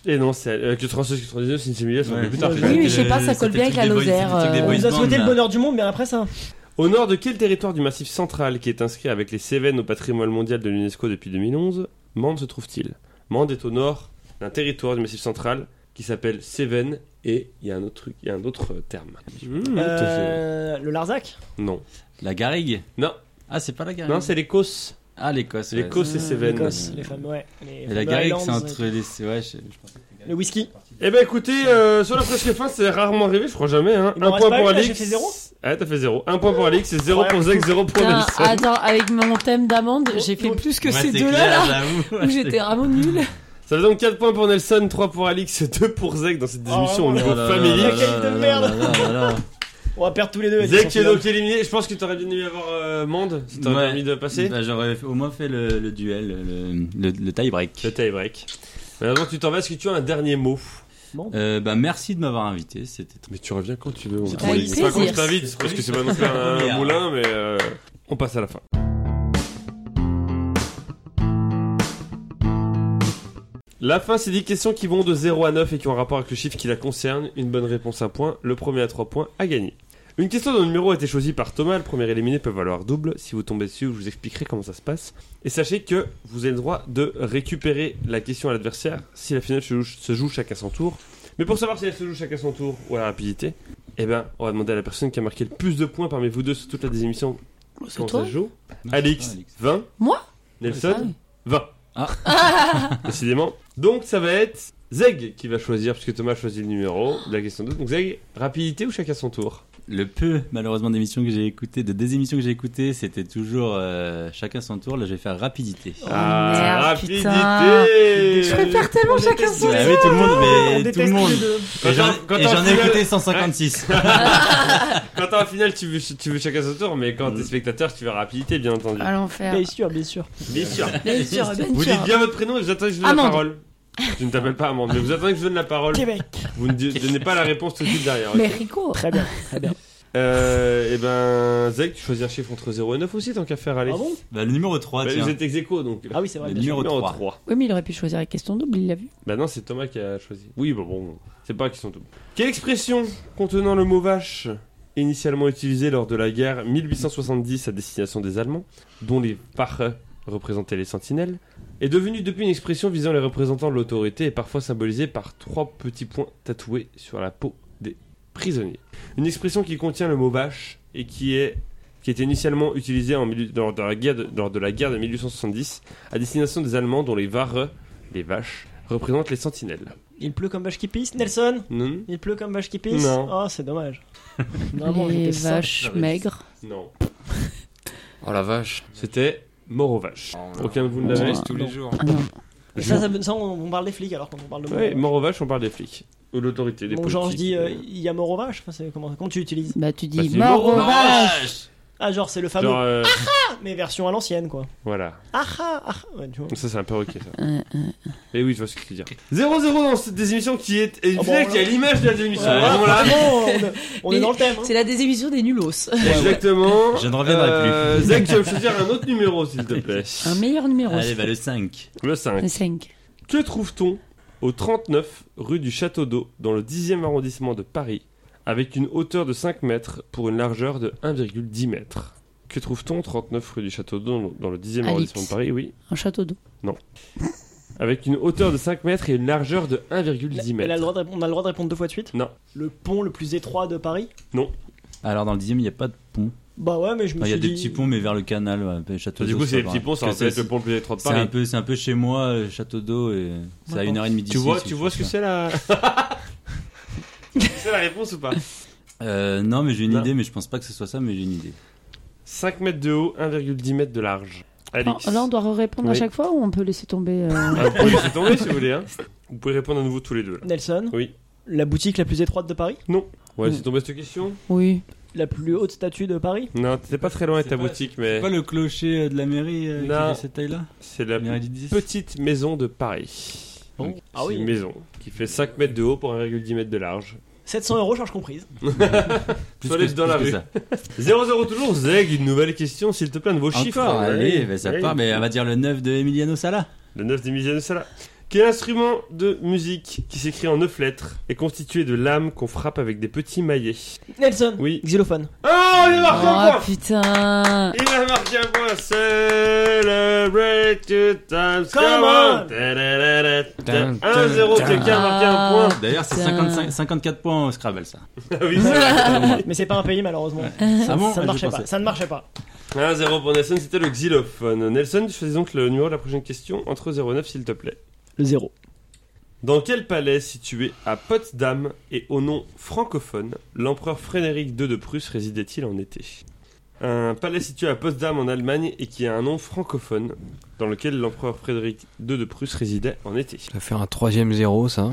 A: Et non, c'est euh, 96, 99, c'est une simulation, c'est
B: Ouais.
A: plus tard.
C: Oui,
A: j'ai-
D: oui, je sais pas, ça
B: C'était
D: colle bien
B: le
D: avec
B: truc
D: la
B: des boys-
D: Lozère,
B: c'était le truc des
D: euh,
C: On
B: boys
C: nous a
B: band,
C: souhaité
B: là.
C: le bonheur du monde, mais après ça.
A: Au nord de quel territoire du massif central qui est inscrit avec les Cévennes au patrimoine mondial de l'UNESCO depuis 2011, Mende se trouve-t-il Mende est au nord d'un territoire du massif central qui s'appelle Cévennes et il y a un autre truc, il y a un autre euh, terme. Mmh,
C: Euh, le Larzac
A: Non.
B: La Garrigue
A: Non.
B: Ah, c'est pas la Garrigue.
A: Non, c'est l'Écosse.
B: Ah, l'Écosse. ouais.
A: L'Écosse et
C: Euh,
A: Cévennes.
C: l'Écosse, les femmes, ouais. Les
B: Et la
C: fameux
B: Garrigue,
C: Highlands,
B: c'est entre les. Ouais, je, je pense.
C: Le whisky.
A: Eh ben écoutez, euh, sur la presque fin, c'est rarement arrivé, je crois jamais. Hein.
C: Il m'en
A: Un
C: reste
A: point
C: pas
A: pour
C: une, là,
A: Alix.
C: j'ai fait zéro
A: Ah, t'as fait zéro. Un point pour Alix, c'est zéro pour Zach, zéro pour
D: Putain,
A: Nelson.
D: attends, avec mon thème d'amande, j'ai fait plus que
B: Ouais,
D: ces
B: c'est
D: deux-là,
B: clair,
D: là,
B: j'avoue.
D: où j'étais vraiment nulle.
A: Ça fait donc 4 points pour Nelson, 3 pour Alix, (laughs) 2 pour Zach dans cette
C: Oh,
A: émission au
C: oh
A: niveau
B: là là
A: familier.
B: là là
C: Quel de
B: là
C: merde.
B: là là
D: (laughs)
B: là là.
C: On va perdre tous les deux. avec
A: Zach
C: les
A: qui est
C: sentinelles.
A: donc éliminé. Je pense que t'aurais bien aimé avoir euh, Mande, ça t'aurait
B: Ouais.
A: permis de passer.
B: Bah, J'aurais fait- au moins fait le, le duel, le, le- le tie-break.
A: Le tie-break. Maintenant que tu t'en vas, est-ce que tu as un dernier mot
B: Euh, bah, merci de m'avoir invité, c'était trop
A: Mais tu reviens quand tu veux.
B: C'est
D: avec
A: C'est pas quand je
D: plaisir.
A: t'invite, parce que c'est pas non plus un moulin, mais euh, on passe à la fin. La fin, c'est 10 questions qui vont de 0 à 9 et qui ont rapport avec le chiffre qui la concerne. Une bonne réponse, un point. Le premier à 3 points à gagner. Une question dont le numéro a été choisi par Thomas. Le premier éliminé peut valoir double. Si vous tombez dessus, je vous expliquerai comment ça se passe. Et sachez que vous avez le droit de récupérer la question à l'adversaire si la finale se joue, se joue chacun son tour. Mais pour savoir si elle se joue chacun son tour ou à la rapidité, eh ben, on va demander à la personne qui a marqué le plus de points parmi vous deux sur toute la des émissions
D: C'est
A: comment
D: toi
A: ça se joue.
B: Non,
A: Alix,
B: c'est pas Alix.
A: 20.
D: Moi
A: Nelson,
D: Ah oui.
A: 20.
B: Ah.
A: (laughs) Décidément. Donc ça va être Zeg qui va choisir, puisque Thomas a choisi le numéro de la question 2. Donc Zeg, rapidité ou chacun son tour
B: Le peu, malheureusement, d'émissions que j'ai écoutées, de des émissions que j'ai écoutées, c'était toujours euh, chacun son tour. Là, je vais faire rapidité.
D: Oh, merde,
A: Ah, rapidité
D: putain. Je préfère tellement
C: On
D: chacun
C: déteste
D: son
C: les
B: Bah
C: deux.
B: oui, tout le monde, mais
C: On
B: tout
C: déteste
B: le monde.
C: les deux.
A: Quand
B: Et j'en
A: t'as- quand
B: et
A: t'as
B: j'en
A: un
B: ai
A: final-
B: écouté 156.
A: Quand t'es en finale, tu veux, tu veux chacun son tour, mais quand t'es spectateur, tu veux rapidité, bien entendu.
D: à l'enfer.
C: Bien sûr, bien sûr.
A: Bien sûr.
D: Ah, Bien sûr, bien
A: Vous dites
D: sûr.
A: bien votre prénom et vous attendez que je vous donne la
D: Amande.
A: parole. Je ne t'appelle pas Amande, mais vous attendez que je vous donne la parole.
C: Québec.
A: Vous ne di- donnez pas la réponse tout de suite
D: (laughs)
A: derrière. ok
D: Mais Rico,
C: Très bien.
A: Euh, et ben, Zeg, tu choisis un chiffre entre 0 et 9 aussi, tant qu'à faire, allez.
C: Ah bon
B: (laughs) Bah, le numéro 3,
A: Bah,
B: tiens.
A: vous êtes ex aequo, donc.
C: Ah oui, c'est vrai.
B: Le
C: bien sûr.
B: numéro
A: numéro
B: 3.
A: 3.
D: oui mais il aurait pu choisir la question double, il l'a vu.
A: Bah non, c'est Thomas qui a choisi. Oui, bah bon, c'est pas qu'ils sont tous. Quelle expression contenant le mot vache, initialement utilisée lors de la guerre 1870 à destination des Allemands, dont les Wache représentaient les sentinelles, est devenue depuis une expression visant les représentants de l'autorité et parfois symbolisée par trois petits points tatoués sur la peau des prisonnier. Une expression qui contient le mot vache et qui est qui était initialement utilisée en, milieu- lors, de la guerre de, lors de la guerre de 1870 à destination des Allemands dont les Vareux, les vaches, représentent les sentinelles.
C: Il pleut comme vache qui pisse, Nelson
A: Non
C: Il pleut comme vache qui pisse
A: Non.
C: Oh, c'est (laughs) dommage.
D: les
C: j'étais ça.
D: vaches
B: j'avais-
D: maigres.
A: Non.
E: Oh la vache.
A: C'était mort aux vaches.
E: Oh, non.
A: Aucun de vous
E: On
A: ne l'avez
E: utilise tous les jours.
D: Ah non.
C: Et Ça, ça, me- ça, on, on parle des flics alors quand on parle de mort.
A: Oui, mort aux vaches, on parle des flics. Ou l'autorité des
C: Donc,
A: politiques.
C: genre, je dis, euh, il y a mort aux vaches Enfin, c'est- comment, comment tu utilises
D: Bah tu
A: Bah,
D: dis
A: c'est
D: mort
A: mort
D: aux
A: aux
D: vaches.
C: Ah, genre, c'est le fameux.
A: Genre, euh,
C: Mais version à l'ancienne, quoi.
A: voilà.
C: Ah ah ah Ouais, tu vois.
A: Ça, c'est un peu ok, ça.
D: Euh, euh,
A: Et oui, je vois ce que tu veux dire. 0-0 dans cette désémission qui est. Et
C: Ah
A: finalement,
C: bon,
A: qui est à l'image de la désémission.
C: Ouais,
A: Vraiment, là.
C: vraiment, Ah, on est- on est
D: Mais
C: dans le thème. hein.
D: C'est la désémission
C: (laughs)
D: des nullos.
A: Exactement. Euh,
B: Je ne reviendrai plus.
A: Zach, tu vas me choisir un autre numéro, s'il
B: (laughs)
A: te plaît.
D: Un meilleur numéro.
B: Allez, bah le 5.
A: Le 5.
D: Le 5.
A: Que trouve-t-on au 39 rue du Château d'Eau, dans le 10e arrondissement de Paris, avec une hauteur de 5 mètres pour une largeur de 1,10 mètres Que trouve-t-on au 39 rue du Château d'Eau, dans le 10e
D: Un
A: arrondissement de
D: lips.
A: Paris Oui.
D: Un château d'eau.
A: Avec une hauteur de 5 mètres et une largeur de
C: Mais
A: 1,10
C: elle a le
A: mètres.
C: droit de répondre- on a le droit de répondre deux fois de suite
A: Non.
C: Le pont le plus étroit de Paris
B: Alors dans le 10 il n'y a pas de pont.
C: Bah ouais, mais je me
B: Enfin, Il y
C: suis
B: a
C: dit.
B: des petits ponts, mais vers le canal, ouais, Château
A: Bah, Du
B: d'eau,
A: coup,
B: ça
A: c'est les
B: va.
A: petits ponts, ça
B: Que
A: va
B: c'est-
A: être le pont le plus étroit de
B: C'est un
A: Paris.
B: peu, c'est un peu chez moi, euh, Château d'eau, et c'est à une heure et demie d'ici.
A: Tu vois,
B: si
A: tu
B: je
A: vois
B: fais
A: ce que
B: ça.
A: c'est la.
B: (laughs)
A: c'est la réponse ou pas
B: Euh, Non, mais j'ai une
A: Non.
B: idée, mais je pense pas que ce soit ça, mais j'ai une idée.
A: 5 mètres de haut, 1,10 mètres de large. Alex.
D: Là, on doit répondre à
A: Oui.
D: chaque fois ou on peut laisser tomber
A: (laughs)
D: euh,
A: Ah, vous pouvez laisser tomber si vous voulez. hein. Vous pouvez répondre à nouveau tous les deux. Là.
C: Nelson
A: Oui.
C: La boutique la plus étroite de Paris
A: Ouais, c'est tombé cette question
D: Oui.
C: La plus haute statue de Paris
A: Non, t'étais pas très loin avec
B: C'est
A: ta
B: pas-
A: boutique, mais
B: C'est pas le clocher euh, de la mairie euh, qui
A: Non.
B: est de cette taille-là
A: c'est la
B: Mairie
A: plus
B: du 10
A: petite maison de Paris.
C: Bon.
A: Donc,
C: Ah
A: c'est
C: oui.
A: Une maison qui fait
B: Euh,
A: 5 mètres de haut pour 1,10 mètres de large.
C: 700 euros, charge comprise.
B: Plus
A: Toilette
B: que-
A: dans la
B: plus que
A: rue.
B: ça.
A: 0-0 toujours, Zeg, une nouvelle question, s'il te plaît, un nouveau chiffre.
B: Encore, allez,
A: Ouais.
B: bah, ça
A: Ouais.
B: part, mais on va dire le 9 de Emiliano Sala.
A: Le 9 des musiciens de Salah. Quel instrument de musique qui s'écrit en 9 lettres est constitué de lames qu'on frappe avec des petits maillets
C: Nelson
A: Oui.
C: Xylophone.
A: Ah, il a marqué un
D: Oh
A: point
D: putain.
A: Il a marqué un point Celebrate your times,
C: Come
A: come
C: on
A: on Ta-da-da-da.
E: Tin,
A: 1-0,
E: tin,
A: quelqu'un a marqué un
D: Ah.
A: point
B: D'ailleurs, c'est
D: Putain.
B: 55 54 points au Scrabble,
C: (laughs)
B: ça.
A: Ah oui, c'est vrai.
C: mais c'est pas un pays, malheureusement.
B: Ah bon
C: ça
B: Ah,
C: ne
B: je
C: marchait pas.
B: pensais.
C: Ça ne marchait pas.
A: 1-0 pour Nelson, c'était le xylophone. Nelson, tu choisis donc le numéro de la prochaine question entre 0 et 9, s'il te plaît.
C: Le zéro.
A: Dans quel palais situé à Potsdam et au nom francophone, l'empereur Frédéric II de Prusse résidait-il en été Un palais situé à Potsdam en Allemagne et qui a un nom francophone, dans lequel l'empereur Frédéric II de Prusse résidait en été.
E: Ça va faire un troisième zéro, ça.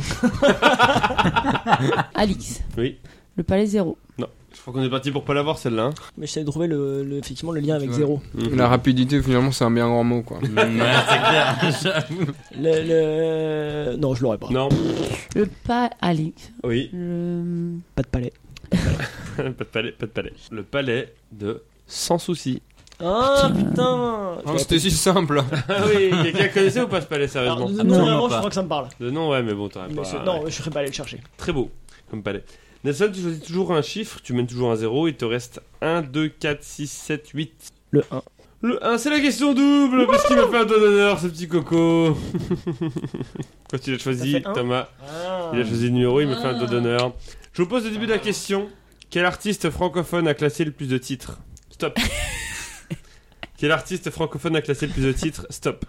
D: Alix.
A: Oui.
D: Le palais zéro.
A: Je crois qu'on est parti pour pas l'avoir celle-là. hein. Mhm.
C: Mais j'essaie de trouver le, le- effectivement le lien avec
E: Ouais.
C: zéro.
E: La rapidité, finalement, c'est un bien grand mot, quoi.
A: (laughs)
C: Le, le- Non, je l'aurais pas.
A: Non.
D: Le pas Alix.
A: Oui. (laughs)
D: Le...
C: Pas de palais.
A: pas de palais, pas de palais. Le palais de Sans Souci. (laughs)
C: Ah putain
E: Non, C'était si simple.
A: Ah oui, quelqu'un connaissait ou pas ce palais,
C: Alors,
A: sérieusement
C: non,
B: Absolument
C: vraiment, je
B: pas.
C: crois que ça me parle.
A: De nom, Ah, bah, ouais, mais bon, t'aurais
C: Mais ce-
A: pas...
C: Non, je serais pas allé le chercher.
A: Très beau comme palais. Nelson, tu choisis toujours un chiffre, tu mènes toujours un 0, il te reste 1, 2, 4, 6, 7, 8.
C: Le 1.
A: Le 1, c'est la question double, parce qu'il m'a fait un don d'honneur, ce petit coco. (laughs) Quand il a
C: Ça
A: choisi,
C: fait un.
A: Thomas, il a
C: Ah.
A: choisi le numéro, il m'a fait un don d'honneur. Je vous pose le début de la question. Quel artiste francophone a classé le plus de titres Stop. Quel artiste francophone a classé le plus de titres Stop.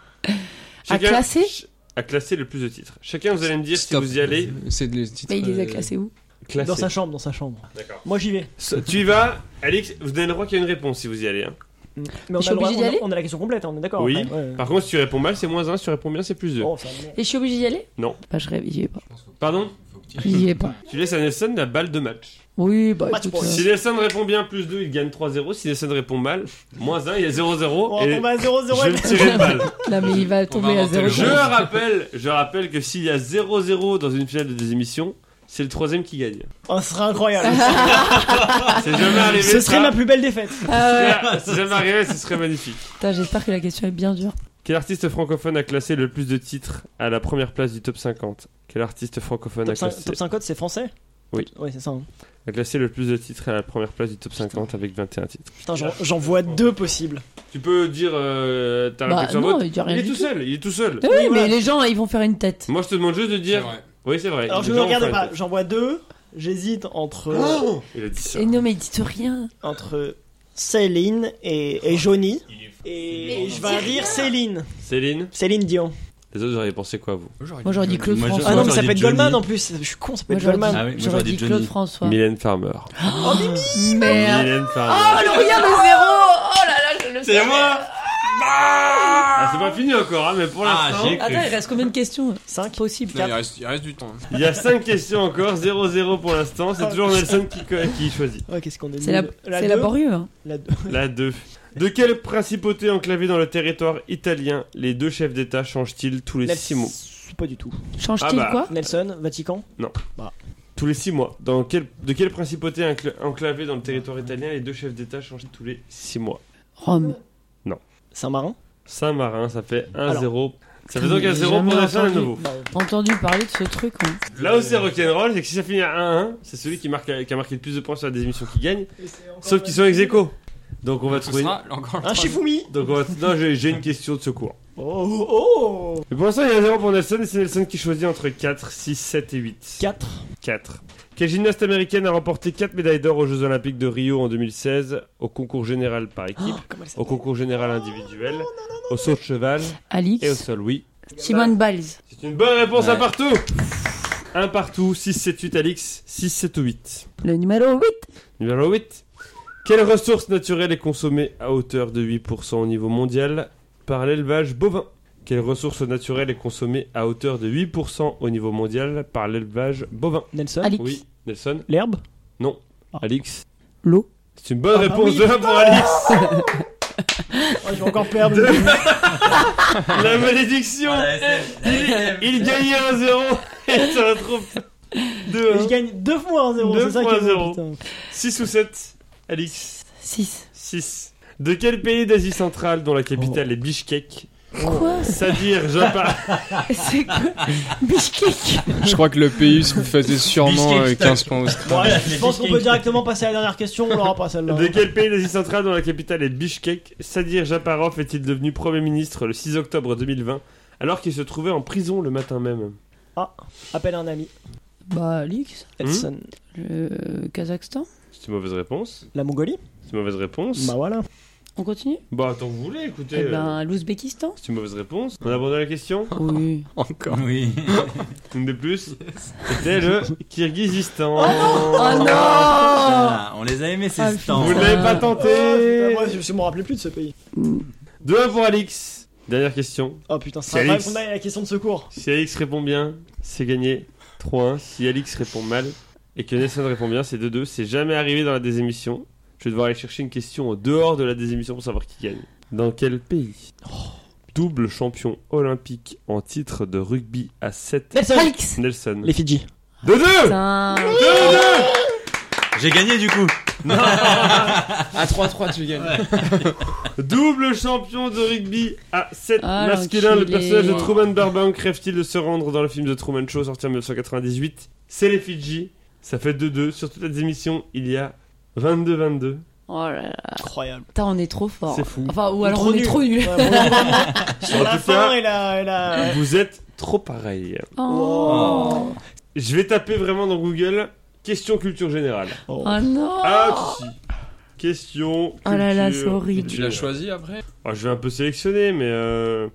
A: Chacun-
D: classé
A: ch- A classé le plus de titres. Chacun, vous allez me dire
E: Stop.
A: si vous y allez.
E: C'est les titres.
D: Mais il les a
E: euh,
D: classés où
A: Classé.
C: Dans sa chambre, dans sa chambre.
A: D'accord.
C: Moi j'y vais.
A: So- tu y vas, Alix, vous donnez le droit qu'il y ait une réponse si vous y allez. hein.
C: Mais on
D: suis
C: a, le droit-
D: obligé
C: on
D: d'y
C: a-
D: aller
C: on a la question complète, hein, on est d'accord.
A: Oui.
C: après, ouais.
A: Par contre, si tu réponds mal, c'est moins 1, si tu réponds bien, c'est plus 2.
C: Oh, ça me-
D: Et je suis obligé d'y aller
A: Non.
D: Bah je rêve, j'y vais pas.
A: Pardon
D: J'y vais pas.
A: Tu laisses à Nelson la balle de match.
D: Oui, bah
C: Match
D: écoute,
C: point.
D: euh,
A: Si Nelson répond bien, plus 2, il gagne 3-0. Si Nelson répond mal, moins 1, il y a 0-0.
C: On
A: et
C: on va à 0-0
A: je vais me tirer de balle.
D: Non mais il va tomber à
E: inventer le
D: zéro.
A: Je rappelle, je rappelle que s'il y a 0-0 dans une finale de des émissions, c'est le troisième qui gagne.
C: Oh, ce serait incroyable.
A: C'est jamais arrivé.
C: Ce serait
A: ça.
C: ma plus belle défaite.
D: Ah ouais.
A: (laughs) C'est jamais arrivé, ce serait magnifique.
D: (laughs) Putain, j'espère que la question est bien dure.
A: Quel artiste francophone a classé le plus de titres à la première place du top 50 Quel artiste francophone
C: Top
A: a
C: 5,
A: classé
C: top 5 c'est français
A: Oui.
C: Ouais, c'est ça. hein.
A: a classé le plus de titres à la première place du top 50 avec 21 titres.
C: Putain, j'en- j'en vois deux possibles.
A: Tu peux dire euh, ta
D: Bah
A: réflexion
D: non,
A: vote.
D: il dit
A: Il
D: rien
A: est
D: du
A: tout
D: tout.
A: seul, il est tout seul.
D: Ah Oui, mais
C: voilà.
D: les gens, ils vont faire une tête.
A: Moi je te demande juste de
E: C'est
A: dire.
E: vrai.
A: Oui, c'est vrai.
C: Alors
A: Les
C: je ne
A: gens
C: regarde
A: vont faire
C: pas,
A: une
C: j'en vois deux. J'hésite entre,
A: Il a dit ça.
D: Et non, mais dites rien.
C: entre Céline et, et Johnny. Et
D: Mais
C: je
D: dis
C: vais dire
D: rien.
C: Céline.
A: Céline,
C: Céline Dion.
A: les autres, vous auriez pensé quoi, vous
D: Moi, j'aurais dit Claude
B: Moi,
D: François.
C: Ah non, mais
B: j'aurais
C: ça
B: dit
C: peut être
B: Johnny.
C: Goldman en plus. Je suis con, ça peut
D: Moi,
C: être
D: j'aurais dit,
C: Goldman.
B: Ah
C: Oh,
B: oui, moi,
D: j'aurais
B: j'aurais
D: dit
B: dit
D: Claude
B: Johnny.
D: François.
A: Mylène Farmer.
D: Merde.
A: Mylène
D: Oh,
A: Farmer.
D: Lauriane au zéro Oh là là, je le savais.
A: Ah, c'est pas fini encore, hein, mais pour
B: Ah,
A: l'instant.
B: j'ai
D: Attends, il
B: cru.
D: reste combien de questions
C: 5
D: Possible.
E: Non, il, reste, il reste du temps. hein.
A: Il y a 5 questions encore, 0-0 pour l'instant. C'est
C: Ah,
A: toujours Nelson qui, co- qui choisit.
C: Ouais, qu'est-ce qu'on est
D: C'est la-
C: nul.
D: c'est
C: deux,
D: laborieux. hein.
C: La deux.
A: La 2. De quelle principauté enclavée dans le territoire italien les deux chefs d'État changent-ils tous les
C: La-
A: 6 mois
C: Pas du tout.
D: Change-t-il
A: Ah bah.
D: quoi
C: Nelson, Vatican.
A: Tous les 6 mois. Dans quel- de quelle principauté encla- enclavée dans le territoire italien les deux chefs d'État changent tous les 6 mois
D: Rome.
C: Saint-Marin.
A: Saint-Marin, ça fait
C: Alors.
A: 1-0. Ça fait
D: Putain,
A: donc
D: mais
A: 1-0
D: jamais
A: pour Nelson à
D: entendu.
A: nouveau.
C: Bah,
D: Entendu parler de ce truc. hein.
A: Là où c'est rock'n'roll, c'est que si ça finit à 1-1, c'est celui qui, marque, qui a marqué le plus de points sur la démission qui gagne. Sauf qu'ils sont ex aequo. Donc on va
E: Ce
A: trouver.
E: sera encore le
C: Un Shifumi.
A: Donc on va... Non, j'ai j'ai une question de secours.
C: Oh, oh,
A: Mais pour l'instant, il y a 0 pour Nelson et c'est Nelson qui choisit entre 4, 6, 7 et 8.
C: 4.
A: 4. Quelle gymnaste américaine a remporté 4 médailles d'or aux Jeux Olympiques de Rio en 2016, au concours général par
D: Oh,
A: équipe,
C: (gasps)
A: au concours général individuel, au saut de cheval et au
D: Alix.
A: sol, oui.
D: Simone Biles.
A: C'est une bonne réponse à
B: Ouais.
A: partout Un partout, 6, 7, 8, Alix, 6, 7 ou 8.
D: Le numéro 8.
A: Numéro 8. Quelle ressource naturelle est consommée à hauteur de 8% au niveau mondial par l'élevage bovin Quelle ressource naturelle est consommée à hauteur de 8% au niveau mondial par l'élevage bovin
C: Nelson.
D: Alix.
A: Oui, Nelson
C: L'herbe.
A: Alix
D: L'eau.
A: C'est une bonne
C: Ah bah
A: réponse
C: oui.
A: de un pour Alix
C: Oh, je vais encore perdre. Ah.
A: La malédiction
B: Ah, (laughs)
A: Il, il gagnait 1-0 Et ça va trop
C: je
A: 2
C: gagne 2 fois 1 0.
A: Deux
C: C'est ça qui
A: fois
C: est
A: zéro.
C: bon, putain.
A: 6 ou 7 Alix
D: 6.
A: 6. De quel pays d'Asie centrale dont la
C: Oh.
A: capitale est Bishkek
D: Quoi
A: Sadir Japan
D: C'est quoi Bishkek.
E: Je crois que le pays se faisait sûrement euh, 15 points au score.
C: Ouais, je pense qu'on peut directement passer à la dernière question. On l'aura
A: (laughs)
C: pas celle-là.
A: De quel pays d'Asie centrale dont la capitale est Bishkek, Sadir Japarov est-il devenu Premier ministre le 6 octobre 2020 alors qu'il se trouvait en prison le matin même
C: Appelle un ami.
D: Bah, Alix.
A: Hmm
C: Nelson.
D: Le Kazakhstan.
A: C'est une mauvaise réponse.
C: La Mongolie.
A: C'est une mauvaise réponse.
C: Bah voilà.
D: On continue
A: Bah, tant que vous voulez, écoutez.
D: Eh
A: euh,
D: ben, l'Ouzbékistan.
A: C'est une mauvaise réponse. On abandonne la question.
D: Oui.
E: Encore.
B: Oui.
A: Une de plus. C'était le Kyrgyzstan.
D: Oh non
B: Ah, on les a aimés,
D: Ah,
B: ces stands.
A: vous ne l'avez pas
C: Oh, putain,
A: tenté.
C: moi, je je me rappelais plus de ce pays.
A: 2 pour Alix. Dernière question.
C: Oh putain,
A: C'est
C: c'est incroyable
A: Alix.
C: qu'on aille à la question de secours.
A: Si Alix répond bien, c'est gagné 3-1. Si Alix répond mal et que Nelson répond bien, c'est 2-2. C'est jamais arrivé dans la désémission. Je vais devoir aller chercher une question en dehors de la désémission pour savoir qui gagne. Dans quel pays Oh, Double champion olympique en titre de rugby à 7.
C: Nelson.
D: Alix.
A: Nelson.
C: Les Fidji.
A: 2-2 2-2
D: Putain.
B: J'ai gagné du coup.
E: À 3-3, tu gagnes.
A: Double champion de rugby à 7
D: Ah,
A: masculin, le
D: l'enculé.
A: personnage de Truman Burbank rêve-t-il de se rendre dans le film de Truman Show sorti en 1998 C'est les Fidji, ça fait 2-2. Sur toute la émissions, il y a 22-22.
D: Oh là là.
C: Incroyable.
D: Putain, on est trop fort.
A: C'est
D: (laughs)
A: fou.
D: Enfin, ou alors
C: Trop
D: on est
C: nul.
D: trop nuls.
A: (laughs)
C: Ouais, bon, Sur
A: En
C: la
A: tout cas,
C: fin et la. et la-
A: Vous êtes trop pareil.
D: Oh.
A: Je vais taper vraiment dans Google question culture générale.
C: Oh.
D: Oh non
A: Ah, si. Question culture.
D: Oh là là, c'est
E: Et
D: horrible.
E: tu l'as choisi après
A: Ah, je vais un peu sélectionner, mais euh,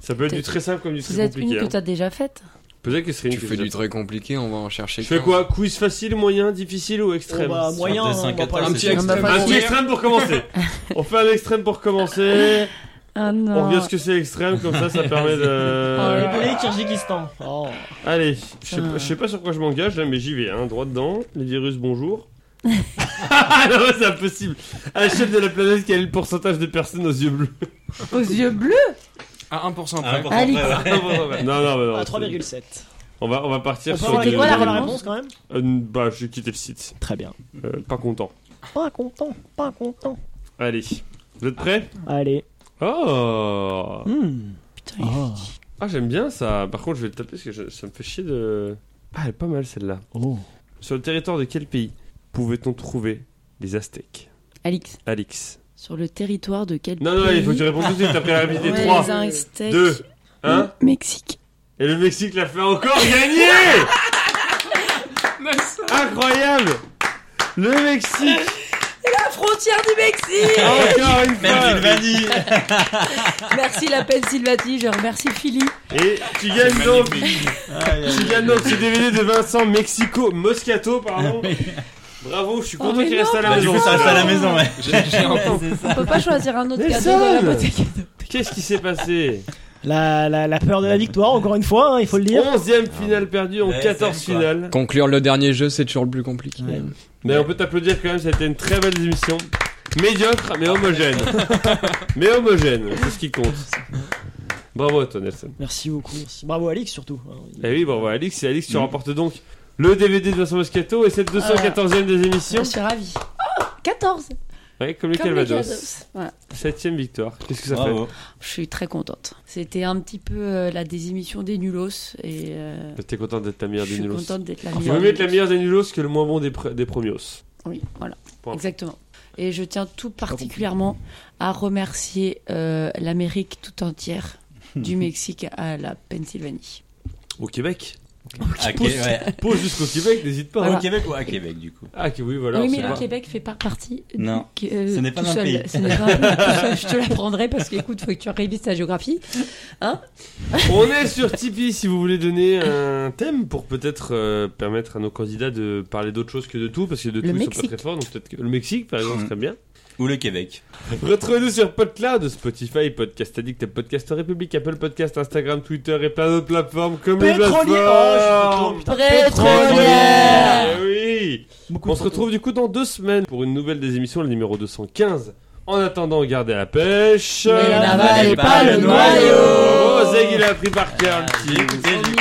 A: ça peut être du
D: Peut-être-
A: très simple comme du très
D: Vous êtes une
A: compliqué.
D: que
A: hein.
D: t'as déjà faite
A: Peut-être que ce serait une
E: Tu
A: que
E: fais
A: vous
E: du
A: êtes-
E: très compliqué, on va en chercher
A: Je fais
E: 15.
A: quoi Quiz facile, moyen, difficile ou
C: Bon,
A: extrême
C: bah, moyen,
B: Sur
C: hein,
B: deux, cinq,
C: on va pas
B: quatre,
C: le-
E: Un petit
B: c'est-
E: extrême.
A: Un petit extrême pour commencer. On fait un extrême pour commencer.
D: Ah
A: On
D: non.
A: regarde ce que c'est extrême, comme ça, ça permet de.
D: Oh là.
C: Mongolie, Kyrgyzstan. Oh.
A: Allez, je sais pas-
D: Putain.
A: je sais pas sur quoi je m'engage là, mais j'y vais. Hein. Droit dedans, les virus, bonjour. Ah non, c'est impossible. Un chef de la planète, quel est le pourcentage de personnes aux yeux bleus
D: Aux yeux bleus
E: À 1%
B: Ah, (laughs)
E: près.
B: pour-
D: Alix.
A: Non, non, non, non,
C: À
A: non,
C: 3,7.
A: On va, on va partir
C: Ah, On peut
A: sur.
C: avoir
D: C'est
A: du-
D: quoi
C: la on
D: la
C: peut avoir la
D: réponse
C: réponse quand même
A: Euh, bah, j'ai quitté le site.
C: Très bien.
A: Euh, pas content.
C: Pas content, pas content.
A: Allez, vous êtes prêts
C: Allez.
A: Oh
D: Putain, il-
C: Oh.
A: Ah, j'aime bien ça. Par contre, je vais le taper parce que je- ça me fait chier de. Ah, elle est pas mal celle-là. Sur le territoire de quel pays pouvait-on trouver les Aztèques
D: Alix,
A: Alix.
D: sur le territoire de quel
A: Non, non,
D: pays
A: il faut que tu répondes tout de suite après la
D: Ouais,
A: rapidité.
D: les
A: 3,
D: Aztèques.
A: 2, 1.
D: Mexique.
A: Et le Mexique l'a fait encore gagner Incroyable Le Mexique
D: La frontière du Mexique (laughs)
A: Encore une fois
B: Pennsylvanie
D: Merci la Pennsylvanie, je remercie Philly.
A: Et tu gagnes donc,
B: (laughs) Ah,
A: tu gagnes donc ce DVD de Vincent Mexico Moscato,
B: (laughs)
A: pardon Bravo, je suis
D: Oh,
A: content
D: mais
A: qu'il
D: non.
A: reste à la
B: Bah, du
A: maison.
B: coup, ça reste à la maison, (laughs) ouais.
E: J'ai- j'ai un peu-
D: On peut pas choisir un autre
A: Mais
D: cadeau
A: seul.
D: dans la boîte à cadeaux.
A: Qu'est-ce qui s'est passé
C: La, la, la peur de la victoire, encore une fois, hein, il faut le dire.
A: 11ème finale perdue en
B: Ah, Ouais,
A: 14
B: c'est quoi.
A: finales.
E: Conclure le dernier jeu, c'est toujours le plus compliqué.
C: Ouais.
A: Mais on peut t'applaudir quand même, ça a été une très belle émission. Médiocre, mais homogène.
B: (laughs)
A: mais homogène, c'est ce qui compte. Bravo à toi, Nelson.
C: Merci beaucoup. merci. Bravo Alix surtout. hein. Il-
A: Et oui, bravo à Alix. Et Alix, tu
B: Mm.
A: remportes donc le DVD de Vincent Moscato et
D: Ah.
A: cette 214ème des émissions.
D: Je suis ravie. Oh, 14
A: Ouais, comme les
D: Comme les
A: Calvados.
D: Calvados. Voilà.
A: 7ème victoire. Qu'est-ce que ça fait
B: Bravo.
D: Je suis très contente. C'était un petit peu euh, la désémission des nulos et euh,
A: Bah, T'es contente d'être la
D: je
A: meilleure des
D: suis
A: nulos.
D: contente d'être la
A: Il
D: meilleure.
A: vaut mieux être
D: des
A: la meilleure des nulos que le moins bon des, pr- des premios.
D: Nulos. Oui, voilà.
A: Point.
D: Exactement. Et je tiens tout particulièrement à remercier euh, l'Amérique
B: (laughs)
D: tout entière, du Mexique à la Pennsylvanie.
A: Au
D: (laughs)
A: Québec.
B: À Qué- ouais.
A: Pose jusqu'au Québec, n'hésite pas. hein.
D: Voilà.
B: Au Québec ou à Québec, du coup
A: Ah, que oui, voilà.
D: oui,
A: c'est
D: mais le
A: pas-
D: Québec fait pas partie. du-
B: Non.
D: euh,
B: Ce n'est pas
D: tout
B: un
D: seul.
B: pays.
D: Ce n'est pas un pays tout seul. Je te l'apprendrai parce qu'écoute, faut que tu révises ta géographie.
A: On est sur Tipeee si vous voulez donner un thème pour peut-être euh, permettre à nos candidats de parler d'autre chose que de tout, parce que de
D: Le
A: tout ils sont pas
D: Mexique.
A: très forts, donc peut-être que le Mexique par exemple
B: Mm.
A: serait bien.
B: Ou le Québec
A: Retrouvez-nous sur PodCloud, Spotify, Podcast Addict, Podcast République, Apple Podcast, Instagram, Twitter et plein d'autres plateformes comme les
C: Pétrolier Oh, je suis content,
A: plateformes.
C: putain.
D: Pétrolière
A: Eh oui
C: Beaucoup
A: On
C: de
A: se
C: photos.
A: retrouve du coup dans deux semaines pour une nouvelle des émissions, le numéro 215. En attendant, gardez la pêche
D: Mais la
B: n'avalez
D: pas le Ah, noyau.
A: Rosé, il a pris par cœur le
B: J'ai
A: petit.
B: écouté, j'ai écouté.
D: Oh,